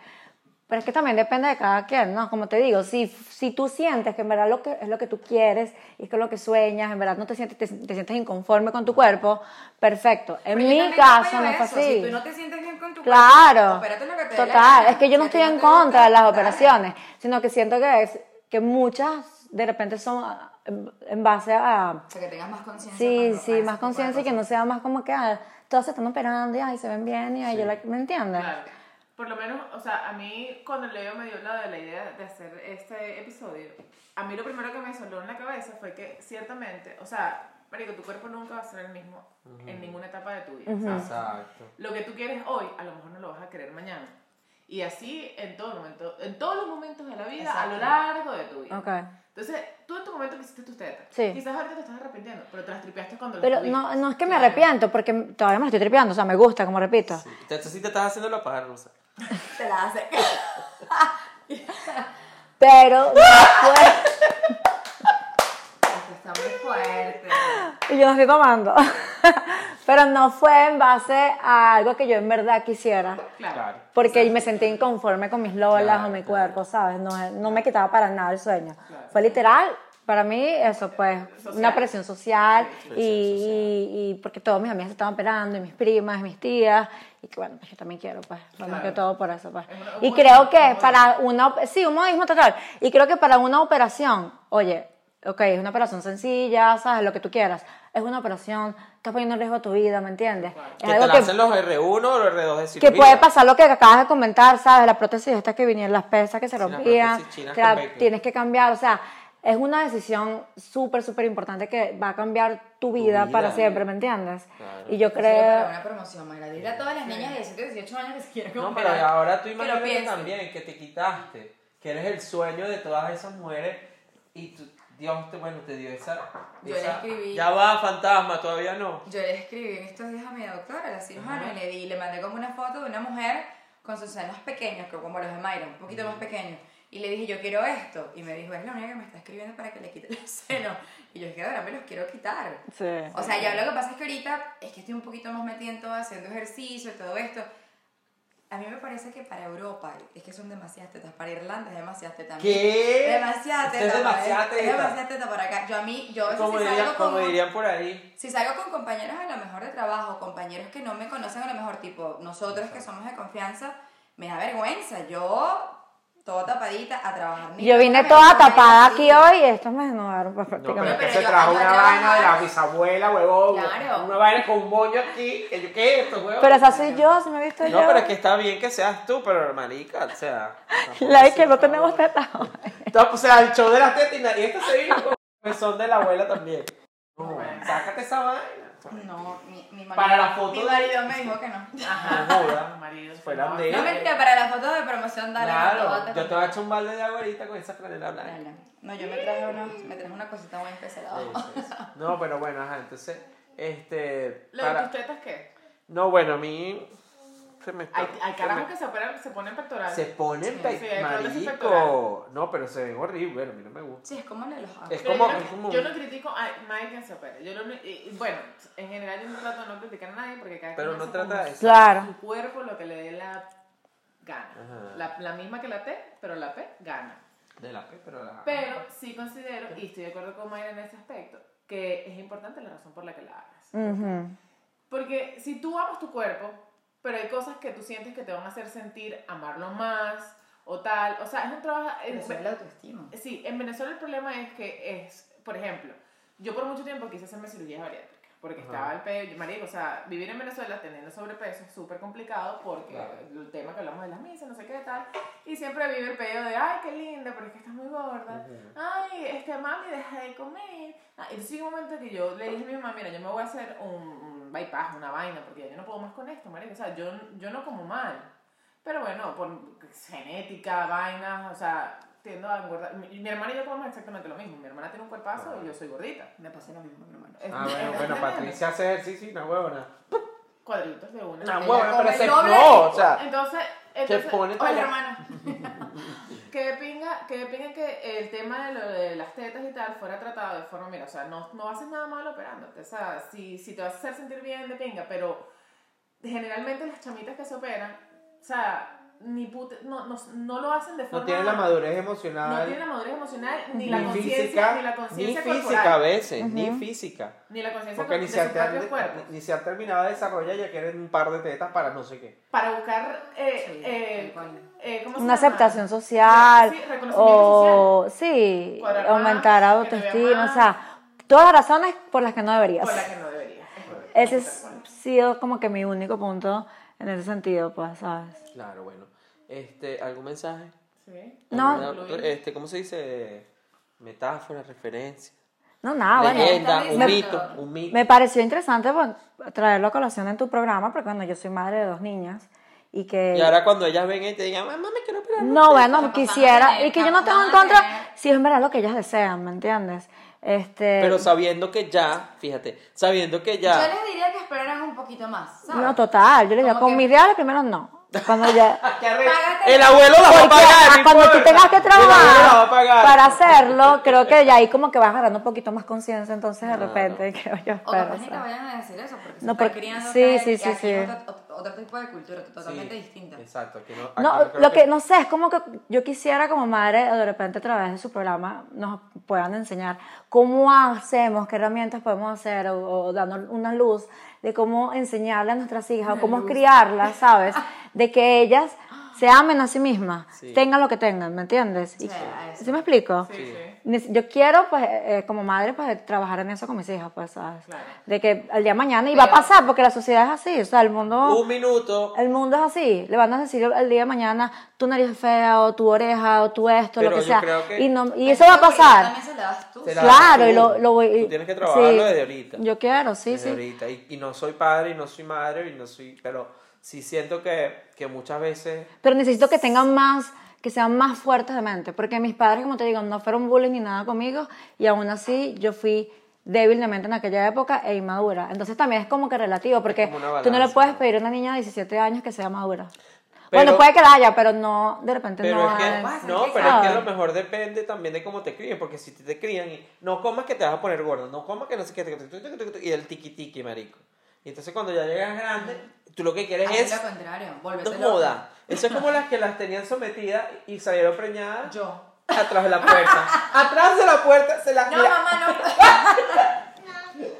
C: Pero es que también depende de cada quien, ¿no? Como te digo, si, si tú sientes que en verdad lo que, es lo que tú quieres y es que es lo que sueñas, en verdad no te sientes, te, te sientes inconforme con tu cuerpo, perfecto. En
D: Pero yo
C: mi
D: también
C: caso
D: apoyo
C: no fue
D: eso.
C: así.
D: Si tú no te sientes bien con tu cuerpo,
C: Claro.
D: opérate lo que te dé la
C: Total,
D: gana.
C: es que yo no
D: Si a ti
C: estoy en
D: te gusta,
C: contra de las
D: dale.
C: operaciones, sino que siento que es que muchas de repente son ah, en- en base a
D: O sea, que tengas más conciencia.
C: sí,
D: cuando
C: sí, más
D: hagas ese tipo de
C: conciencia y que
D: cosas.
C: no sea más como que ah, todos se están operando y ay, se ven bien y ay, yo la, ¿me entiendes?
B: Claro. Por lo menos, o sea, a mí cuando Leo me dio la, la idea de hacer este episodio, a mí lo primero que me sonó en la cabeza fue que ciertamente, o sea, marico, tu cuerpo nunca va a ser el mismo en ninguna etapa de tu vida. ¿sabes?
A: Exacto.
B: Lo que tú quieres hoy, a lo mejor no lo vas a querer mañana. Y así en todo momento, en todos los momentos de la vida, a lo largo de tu vida.
C: Ok.
B: Entonces, tú en tu momento que hiciste tus tetas,
C: Sí.
B: quizás ahorita te estás arrepintiendo, pero te las tripeaste cuando las
C: Pero
B: tuviste.
C: no, no es que me
B: Claro.
C: arrepiento, porque todavía me lo estoy tripeando, o sea, me gusta, como repito.
A: Sí. Entonces sí te estás haciendo la paja rusa.
D: Te la hace.
C: Pero después
D: Esto está muy fuerte.
C: y yo me estoy tomando. Pero no fue en base a algo que yo en verdad quisiera.
B: Claro.
C: Porque me sentí inconforme con mis lolas
A: Claro,
C: o mi
A: claro.
C: cuerpo, ¿sabes? No, no me quitaba para nada el sueño.
B: Claro. Eh,
C: Fue literal, para mí eso pues
B: Social.
C: una presión social,
A: Presión
C: y,
A: social.
C: y- y porque todos mis amigas se estaban operando y mis primas y mis tías y que bueno pues yo también quiero pues fue más
B: Claro.
C: que todo por eso pues
B: Es una- un
C: y
B: modismo,
C: creo
B: un
C: que
B: modismo.
C: para una op- sí un modismo total y creo que para una operación oye ok es una operación sencilla sabes lo que tú quieras es una operación estás poniendo en riesgo tu vida me entiendes
A: Que
C: es
A: te la hacen los R1 o los R2 de
C: que
A: cirugía.
C: puede pasar lo que acabas de comentar, ¿sabes? La prótesis esta que vinieron, las pesas que se
A: Sí, las
C: rompían,
A: prótesis chinas
C: te la
A: con vaping.
C: tienes que cambiar, o sea, es una decisión súper, súper importante que va a cambiar tu vida,
A: vida.
C: para siempre, ¿me entiendes?
A: Claro.
C: Y yo
D: Sí, pero
C: creo...
D: una promoción, Mayra. Dile a todas las niñas de 17, 18 años que se quieren
A: No,
D: comprar.
A: pero ahora tú
D: que lo
A: imagínate
D: piensen.
A: también que te quitaste, que eres el sueño de todas esas mujeres y tú- Dios te, bueno, te dio esa...
D: Yo le
A: esa-
D: escribí.
A: Ya va, fantasma, todavía no.
D: Yo le escribí en estos días a mi doctora, la cirujana, y le di, le mandé como una foto de una mujer con sus senos pequeños, que como los de Mayra, un poquito
A: Mm.
D: más pequeños. Y le dije, yo quiero esto. Y me dijo, es la única que me está escribiendo para que le quite los senos. Y yo es que ahora me los quiero quitar.
C: Sí.
D: O sea, ya lo que pasa es que ahorita es que estoy un poquito más metida en todo, haciendo ejercicio y todo esto. A mí me parece que para Europa es que son demasiadas tetas, para Irlanda es demasiadas tetas.
A: ¿Qué?
D: Demasiadas
A: Esto
D: tetas.
A: Es
D: para-
A: demasiada
D: pues. Es
A: teta.
D: demasiadas tetas para acá. Yo a mí, yo a veces
A: Como,
D: si
A: dirían,
D: salgo
A: como
D: con-
A: dirían por ahí.
D: si salgo con compañeros a lo mejor de trabajo, compañeros que no me conocen a lo mejor, tipo nosotros que somos de confianza, me da vergüenza. Yo, toda tapadita, a trabajar. Ni
C: Yo vine
D: me
C: toda
D: pongo
C: tapada
D: así.
C: aquí hoy y estos me desnudaron pues,
A: No, pero,
C: prácticamente.
A: es que
D: pero
A: se
D: yo-
A: trajo
D: yo
A: una
D: trabajo-
A: vaina de la bisabuela, huevón.
D: Claro.
A: Una vaina con un moño aquí. que yo, ¿Qué es esto, huevón?
C: pero, esa soy yo, si me he visto yo.
A: No, pero es que está bien que seas tú, pero marica, o sea. tampoco
C: La de
A: así,
C: que no
A: por
C: tenemos
A: favor.
C: tetas.
A: No, o sea, el show de las tetas y nadie este se vino con el son de la abuela también. No, sácate esa vaina.
D: No, mi, mi marido,
A: Para la foto
D: mi
A: de-
D: marido me dijo que no.
A: Ah,
B: Ajá.
A: No joda.
B: Maridos.
A: Fuera de-
D: No mentira, para la foto de promoción dale.
A: eh. Claro,
D: dale,
A: yo te voy a echar un balde de agua ahorita con esa franela blanca.
D: dale. No, yo me traje, una, me traje una cosita muy especial abajo.
A: Eso, eso. No, pero bueno, ajá, entonces, este,
B: ¿Lo de
A: para...
B: tus tetas qué?
A: No, bueno, a mí se me está...
B: Hay, hay
A: se me-
B: carajos que se operan, se ponen pectorales.
A: Se ponen pe-
B: Sí, hay problemas
A: marico.
B: pectorales.
A: No, pero se ven horrible, bueno, a mí no me gusta.
D: Sí, es como le los hago.
A: Es
B: Pero
A: como-
B: yo, no,
A: es como-
B: yo no critico a nadie que se opere. Yo no- y- y bueno, en general yo no trato de no criticar a nadie porque cada
A: Pero
B: quien
A: no
B: hace
A: trata
B: como
A: de eso.
C: Claro.
B: su cuerpo lo que le dé la gana.
A: Ajá.
B: La, la misma que la T, pero la P gana.
A: De la P, pero la...
B: Pero sí considero, y estoy de acuerdo con Mayra en ese aspecto, que es importante la razón por la que la hagas.
A: Mm.
C: Ujú.
B: Porque si tú amas tu cuerpo, pero hay cosas que tú sientes que te van a hacer sentir amarlo más o tal. O sea, es un trabajo...
D: Pero sube la autoestima.
B: Sí, en Venezuela el problema es que es, por ejemplo, yo por mucho tiempo quise hacerme cirugía bariátrica porque
A: Ajá.
B: estaba el pedo, marico, o sea, vivir en Venezuela teniendo sobrepeso es súper complicado porque
A: Claro.
B: el tema que hablamos de las misas, no sé qué tal, y siempre vive el pedo de, ay, qué linda, pero es que estás muy gorda, ay, este, mami, deja de comer. Ah, entonces llegó un momento que yo le dije a mi mamá, mira, yo me voy a hacer un, un bypass, una vaina, porque ya yo no puedo más con esto, marico, o sea, yo, yo no como mal. Pero bueno, por genética, vainas, o sea, tiendo a engordar. Mi, mi hermana y yo comemos exactamente lo mismo. Mi hermana tiene un cuerpazo y yo soy gordita.
D: Me pasa lo mismo, mi hermano.
B: Es-
A: Ah,
B: es-
A: bueno,
B: es-
A: bueno,
B: es-
A: Patricia hace ejercicio y una huevona.
B: Cuadritos de una.
A: Una
D: Ella
A: huevona, pero
D: come
A: se...
D: el doble
A: No,
D: de-
A: o sea...
B: Entonces,
A: Se
B: entonces
A: pone
D: Hola,
A: todo-
D: hermano.
B: que pinga, que pinga que el tema de lo de las tetas y tal fuera tratado de forma, mira, o sea, no, no haces nada mal operándote. O sea, si, si te vas a hacer sentir bien de pinga, pero generalmente las chamitas que se operan, o sea, ni puta, no, no, no lo hacen de forma...
A: No tiene la madurez
B: No
A: emocional.
B: tiene la madurez emocional, ni
A: ni
B: la
A: física,
B: conciencia, ni la
A: ni
B: conciencia
A: física a
B: corporal.
A: veces, ni física.
B: Ni la conciencia
A: Porque
B: corporal
A: ni
B: de
A: se,
B: su
A: ha
B: propio
A: ter-
B: cuerpo.
A: ni se ha terminado de desarrollar ya quieren un par de tetas para no sé qué.
B: Para buscar, eh,
D: Sí,
B: eh,
D: tal cual.
B: eh, ¿cómo se llama?
C: Una aceptación social.
B: Sí, reconocimiento
C: o sí,
B: Cuadrar más,
C: aumentar
B: que te
C: autoestima.
B: vean
C: O sea, todas las razones por las que no deberías.
B: Por la que no debería.
C: Ese es, ha sido como que mi único punto en ese sentido, pues, ¿sabes?
A: Claro, bueno. Este, ¿Algún mensaje?
B: Sí.
C: No.
A: ¿Alguna- Este, ¿Cómo se dice? Metáfora, referencia.
C: No, nada, Ah, bueno.
A: leyenda,
D: está
A: un
D: bien.
A: mito, un mito.
C: Me pareció interesante pues, traerlo a colación en tu programa, porque bueno, yo soy madre de dos niñas y que...
A: Y ahora cuando ellas ven y te digan, mamá, me quiero operar.
C: No, bueno,
D: Está
C: quisiera,
D: pasando
C: y que yo no tengo en
D: bien, está
C: contra
D: bien.
C: si es verdad lo que ellas desean, ¿me entiendes? Este,
A: Pero sabiendo que ya, fíjate, sabiendo que
D: Yo
A: ya.
D: les diría que esperaran un poquito más, ¿sabes?
C: no, total, yo le digo,
D: Como
C: con
D: que-
C: mis reales primero no. Cuando ya...
A: Que arre-
D: Págate.
A: El abuelo la va a
C: Porque
A: pagar.
C: ah,
A: no
C: cuando tú
A: importa.
C: tengas que
A: El abuelo la va a
C: trabajar
A: pagar.
C: para hacerlo, creo que ya ahí como que vas agarrando un poquito más conciencia, entonces de
A: Claro.
C: repente creo yo
D: O
C: espero.
D: capaz ni
C: o
D: te
C: sea.
D: vayan a decir eso, porque
C: No,
D: se están
C: porque-
D: criando
C: sí,
D: acá
C: sí,
D: y
C: sí,
D: aquí
C: sí.
D: otra- ot- otro tipo de cultura totalmente
A: Sí,
D: distinta.
A: Exacto. que no- aquí
C: No,
A: creo
C: lo que no sé, es como que yo quisiera como madre, de repente a través de su programa nos puedan enseñar cómo hacemos, qué herramientas podemos hacer o, o darnos una luz de cómo enseñarle a nuestras hijas o cómo criarlas, ¿sabes? De que ellas se amen a sí mismas,
A: Sí.
C: tengan lo que tengan, ¿me entiendes? Y-
D: Sí, a eso.
C: ¿Sí me explico?
B: Sí, sí.
C: Nec- Yo quiero, pues, eh, como madre, pues, trabajar en eso con mis hijas, pues, ¿sabes?
B: Claro.
C: De que al día de mañana, y va a pasar, porque la sociedad es así, o sea, el mundo...
A: Un minuto.
C: El mundo es así. Le van a decir el día de mañana, tu nariz es fea, o tu oreja, o tu esto,
A: Pero
C: lo que
A: yo
C: sea.
A: creo que-
C: y no- y eso va a pasar.
D: También se la das tú.
A: Se la-
C: Claro,
A: Tú-
C: y lo, lo voy.
A: tú tienes que trabajarlo desde ahorita.
C: Yo quiero, sí,
A: desde
C: sí.
A: ahorita. Y, y no soy padre, y no soy madre, y no soy. Pero sí siento que, que muchas veces.
C: Pero necesito que tengan más, que sean más fuertes de mente. Porque mis padres, como te digo, no fueron bullying ni nada conmigo. Y aún así, yo fui débil de mente en aquella época e inmadura. Entonces también es como que relativo, porque
A: como una
C: tú no le
A: balanza,
C: puedes
A: ¿no?
C: pedir a una niña de 17 años que sea madura.
A: Pero-
C: bueno, puede que la haya, pero no, de repente
A: Pero
C: no.
A: es que,
C: hay-
D: pasa,
A: no,
D: ¿qué
A: pero es que a
C: sabe?
A: lo mejor depende también de cómo te crían, porque si te, te crían y no comas que te vas a poner gordo, no comas que no sé qué, tuc, tuc, tuc, tuc, tuc, y el tiki tiki, marico. Y entonces cuando ya llegas grande, tú lo que quieres
D: Haz
A: es
D: lo contrario,
A: no
D: volvete loco.
A: joda. Eso es como las que las tenían sometidas y salieron preñadas
D: Yo.
A: atrás de la puerta. atrás de la puerta se las
D: No,
A: la-
D: mamá, no.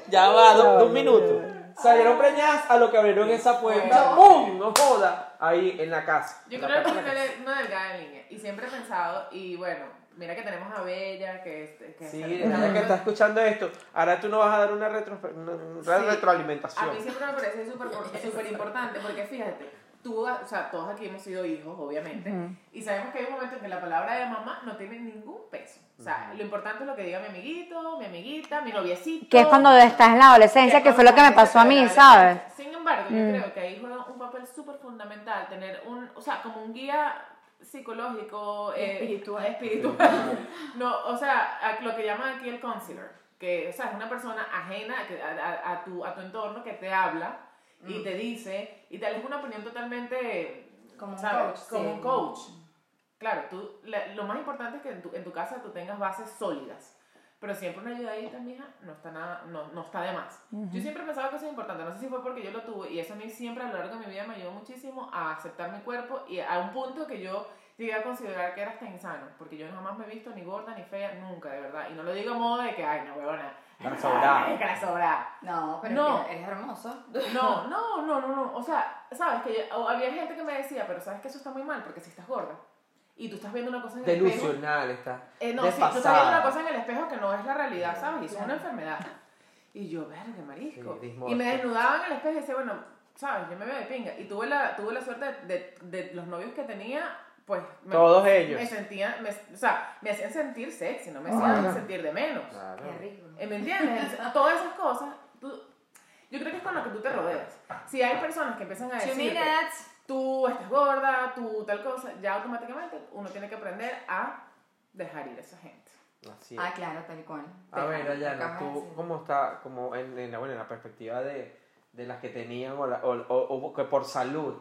A: Ya va, do- dos minutos. Salieron preñadas a lo que abrieron esa puerta. ¡Pum! No joda. Ahí en la casa.
B: Yo
A: en la
B: creo que
A: puerta de la
B: es una,
A: casa.
B: del- una delgada en línea. Y siempre he pensado, y bueno, mira que tenemos a Bella, que es. Que es-
A: Sí,
B: que
A: ahora que estás escuchando esto, ahora tú no vas a dar una, retro- una- una
B: Sí.
A: retroalimentación.
B: A mí siempre me parece súper súper importante porque fíjate, tú, o sea, todos aquí hemos sido hijos, obviamente, y sabemos que hay un momento en que la palabra de mamá no tiene ningún peso. O sea, lo importante es lo que diga mi amiguito, mi amiguita, mi noviecito.
C: Que es cuando estás en la adolescencia, que fue lo que me pasó a mí, ¿sabes? Mm.
B: Sin embargo, yo creo que ahí juega un papel súper fundamental tener un, o sea, como un guía psicológico, eh, espiritual. no, o sea, a- lo que llaman aquí el counselor, que o sea, es una persona ajena a que- a, a- a tu, a tu entorno que te habla y te dice y te da una opinión totalmente
D: Como un
B: ¿sabes?
D: coach,
B: Como
D: sí.
B: un coach. Claro, tú, la- lo más importante es que en tu, en tu casa tú tengas bases sólidas. Pero siempre una ayudadita, mija, no está, nada, no, no está de más. Yo siempre pensaba que eso es importante. No sé si fue porque yo lo tuve. Y eso a mí siempre a lo largo de mi vida me ayudó muchísimo a aceptar mi cuerpo. Y a un punto que yo llegué a considerar que era hasta insano. Porque yo jamás me he visto ni gorda ni fea, nunca, de verdad. Y no lo digo a modo de que, ay, no, huevona.
A: Para sobrar.
B: Ay, Para sobrar.
D: No, pero
B: No.
D: es que eres hermoso.
B: No, no, no, no, no. O sea, sabes que yo- o había gente que me decía, pero sabes que eso está muy mal porque si estás gorda y tú estás viendo una cosa en el espejo.
A: Delusional está.
B: Eh, no, sí, tú estás viendo una
A: desfasada.
B: cosa en el espejo que no es la realidad, ¿sabes? Y eso es una
D: Claro.
B: enfermedad. Y yo, verga, marisco.
A: Sí,
B: y me
A: dismorfia.
B: desnudaba en el espejo y decía, bueno, sabes, yo me veo de pinga. Y tuve la, tuve la suerte de, de los novios que tenía, pues. me-
A: Todos ellos.
B: Me sentían, me- o sea, me hacían sentir sexy, no me hacían sentir de menos.
A: Claro.
D: Qué rico.
B: Eh, ¿Me entiendes? Entonces, Todas esas cosas, tú- yo creo que es con lo que tú te rodeas. Si hay personas que empiezan a
D: Two
B: decir,
D: minutes.
B: tú estás gorda, tú tal cosa, ya automáticamente uno tiene que aprender a dejar ir a esa gente.
A: Así es.
D: Ah, claro, tal cual.
A: A ver,
D: Déjame,
A: Ayana,
D: acabas de
A: tú,
D: decir.
A: ¿cómo está? Como en, en la, bueno, en la perspectiva de, de las que tenían o, la- o, o- o que por salud,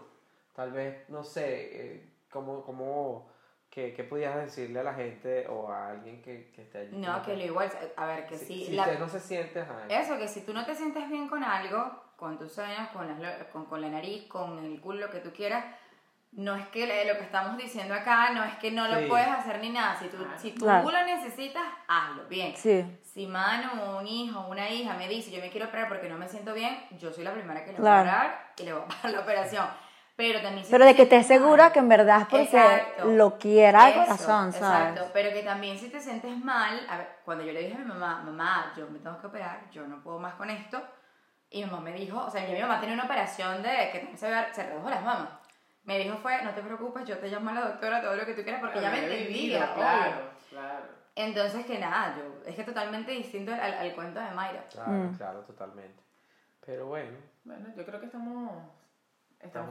A: tal vez, no sé, eh, ¿cómo, cómo, qué, qué pudieras decirle a la gente o a alguien que, que esté allí?
D: No, que lo igual, a ver, que
A: Si,
D: sí.
A: si
D: la-
A: usted no se siente, ajá,
D: Eso, que si tú no te sientes bien con algo, con tus senos, con, las lo- con, con la nariz, con el culo, lo que tú quieras, no es que le- lo que estamos diciendo acá, no es que no
A: Sí.
D: lo puedes hacer ni nada. Si tú,
B: Claro.
D: si tú
C: Claro.
D: lo necesitas, hazlo bien.
C: Sí.
D: Si mano, un hijo, una hija me dice, yo me quiero operar porque no me siento bien, yo soy la primera que le
C: Claro.
D: voy a operar y le voy a pagar la operación. Pero también si
C: Pero
D: tú
C: de que
D: sientes
C: estés segura
D: mal-
C: que en verdad es porque
D: Exacto.
C: lo quiera el
D: Eso,
C: corazón, ¿sabes?
D: Exacto, pero que también si te sientes mal, a ver, cuando yo le dije a mi mamá, mamá, yo me tengo que operar, yo no puedo más con esto, y mi mamá me dijo, o sea, ya mi mamá tenía una operación de que también se, ve- se redujo las mamas. Me dijo fue, no te preocupes, yo te llamo a la doctora, todo lo que tú quieras, porque ya me
B: Lo he
D: entendía, obvio.
B: claro, claro.
D: Entonces que nada, yo, es que totalmente distinto al, al cuento de Mayra.
A: claro,
C: Mm.
A: claro, totalmente. Pero bueno.
B: Bueno, yo creo que estamos... Estamos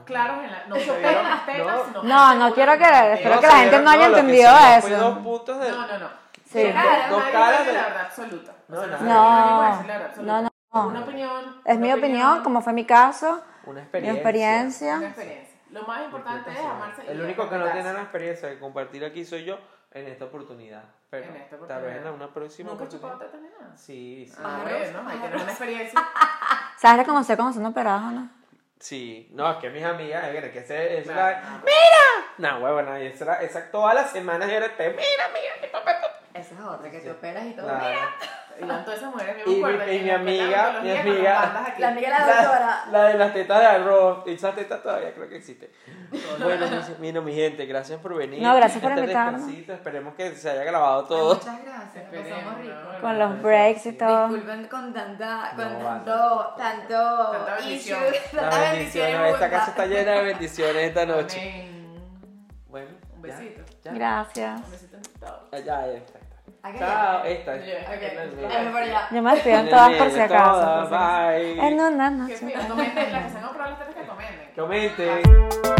A: Estamos
B: claros en la... No se
A: bien.
B: operan las tetas,
A: No.
B: sino-
C: No, no quiero que- Espero
A: No,
C: que la
A: se
C: gente
A: dieron-
C: no haya
A: lo que se
C: entendido
A: dio fue
C: eso.
A: dos puntos de...
B: No, no, no.
C: Sí.
B: Dos caras,
A: Dos
B: nadie
A: caras
B: puede
A: de-
B: la verdad absoluta. O
A: No,
B: sea,
A: nada.
B: nadie puede decir la verdad
C: No,
B: absoluta.
C: no, no.
B: Una opinión.
C: Es
B: una
C: mi opinión, como fue mi caso,
A: Una
C: mi
A: experiencia.
B: Una
C: experiencia.
B: experiencia. Lo más importante es
A: Sí.
B: amarse. y
A: El único que no
B: respetarse.
A: tiene la experiencia de compartir aquí soy yo en esta oportunidad. Pero
B: En esta
A: tal vez
B: oportunidad.
A: en una próxima
B: Nunca he chupado
A: oportunidad.
B: tetas ni nada.
A: Sí, sí.
B: Ah,
D: Ajá.
B: bueno, hay que tener una experiencia.
C: ¿Sabes reconocer cuando son operadas, no?
A: Sí, no, es que mis amigas, eh, mira, que ese, esa
B: Claro. pues.
A: era- ¡Mira! No, huevona, y esa, era- esa todas las semanas era este, mira, mira, mi papá está
D: Esa es otra, que te operas y todo.
A: Claro.
B: Y con todas esas mujeres, yo
A: Y
B: me
A: mi-
B: acuerdo que
A: y mi
B: nos
A: amiga,
B: contaban
A: mi
B: todos los días
A: amiga-
B: cuando nos mandas aquí.
D: La amiga de la
A: La,
D: doctora.
A: la de las tetas de arroz, esa teta todavía creo que existe. Bueno, mi- bueno, mi gente, gracias por venir.
C: No, gracias por
A: Este
C: invitarnos.
A: descansito, Esperemos que se haya grabado
D: Ay,
A: todo.
D: Muchas gracias, nos
B: Esperemos,
D: pasamos rico.
B: ¿no?
C: Con los breaks y todo.
D: Disculpen con tanta, con
A: No, vale.
D: tanto, tanto,
B: Tanta bendición.
D: issue,
A: Las
D: tanta bendición
A: bendiciones,
D: en
A: esta
D: junta.
A: casa está llena de bendiciones esta noche.
B: Amén.
A: Bueno,
B: Un
A: ya,
B: besito.
A: ya.
C: Gracias.
B: Un besito en todos.
A: Ya, ya, esta, esta.
D: Aquí
A: Chao,
D: ya.
A: esta.
B: Ya,
A: esta.
D: Ok,
A: Esta es la-
D: dame por allá.
C: Yo me despido en todas por si acaso. Eh, por si acaso.
A: Todas, bye.
D: Ah,
C: En una noche.
B: Que sí, comenten, las que se han comprado las tetas que comenten.
A: Comenten.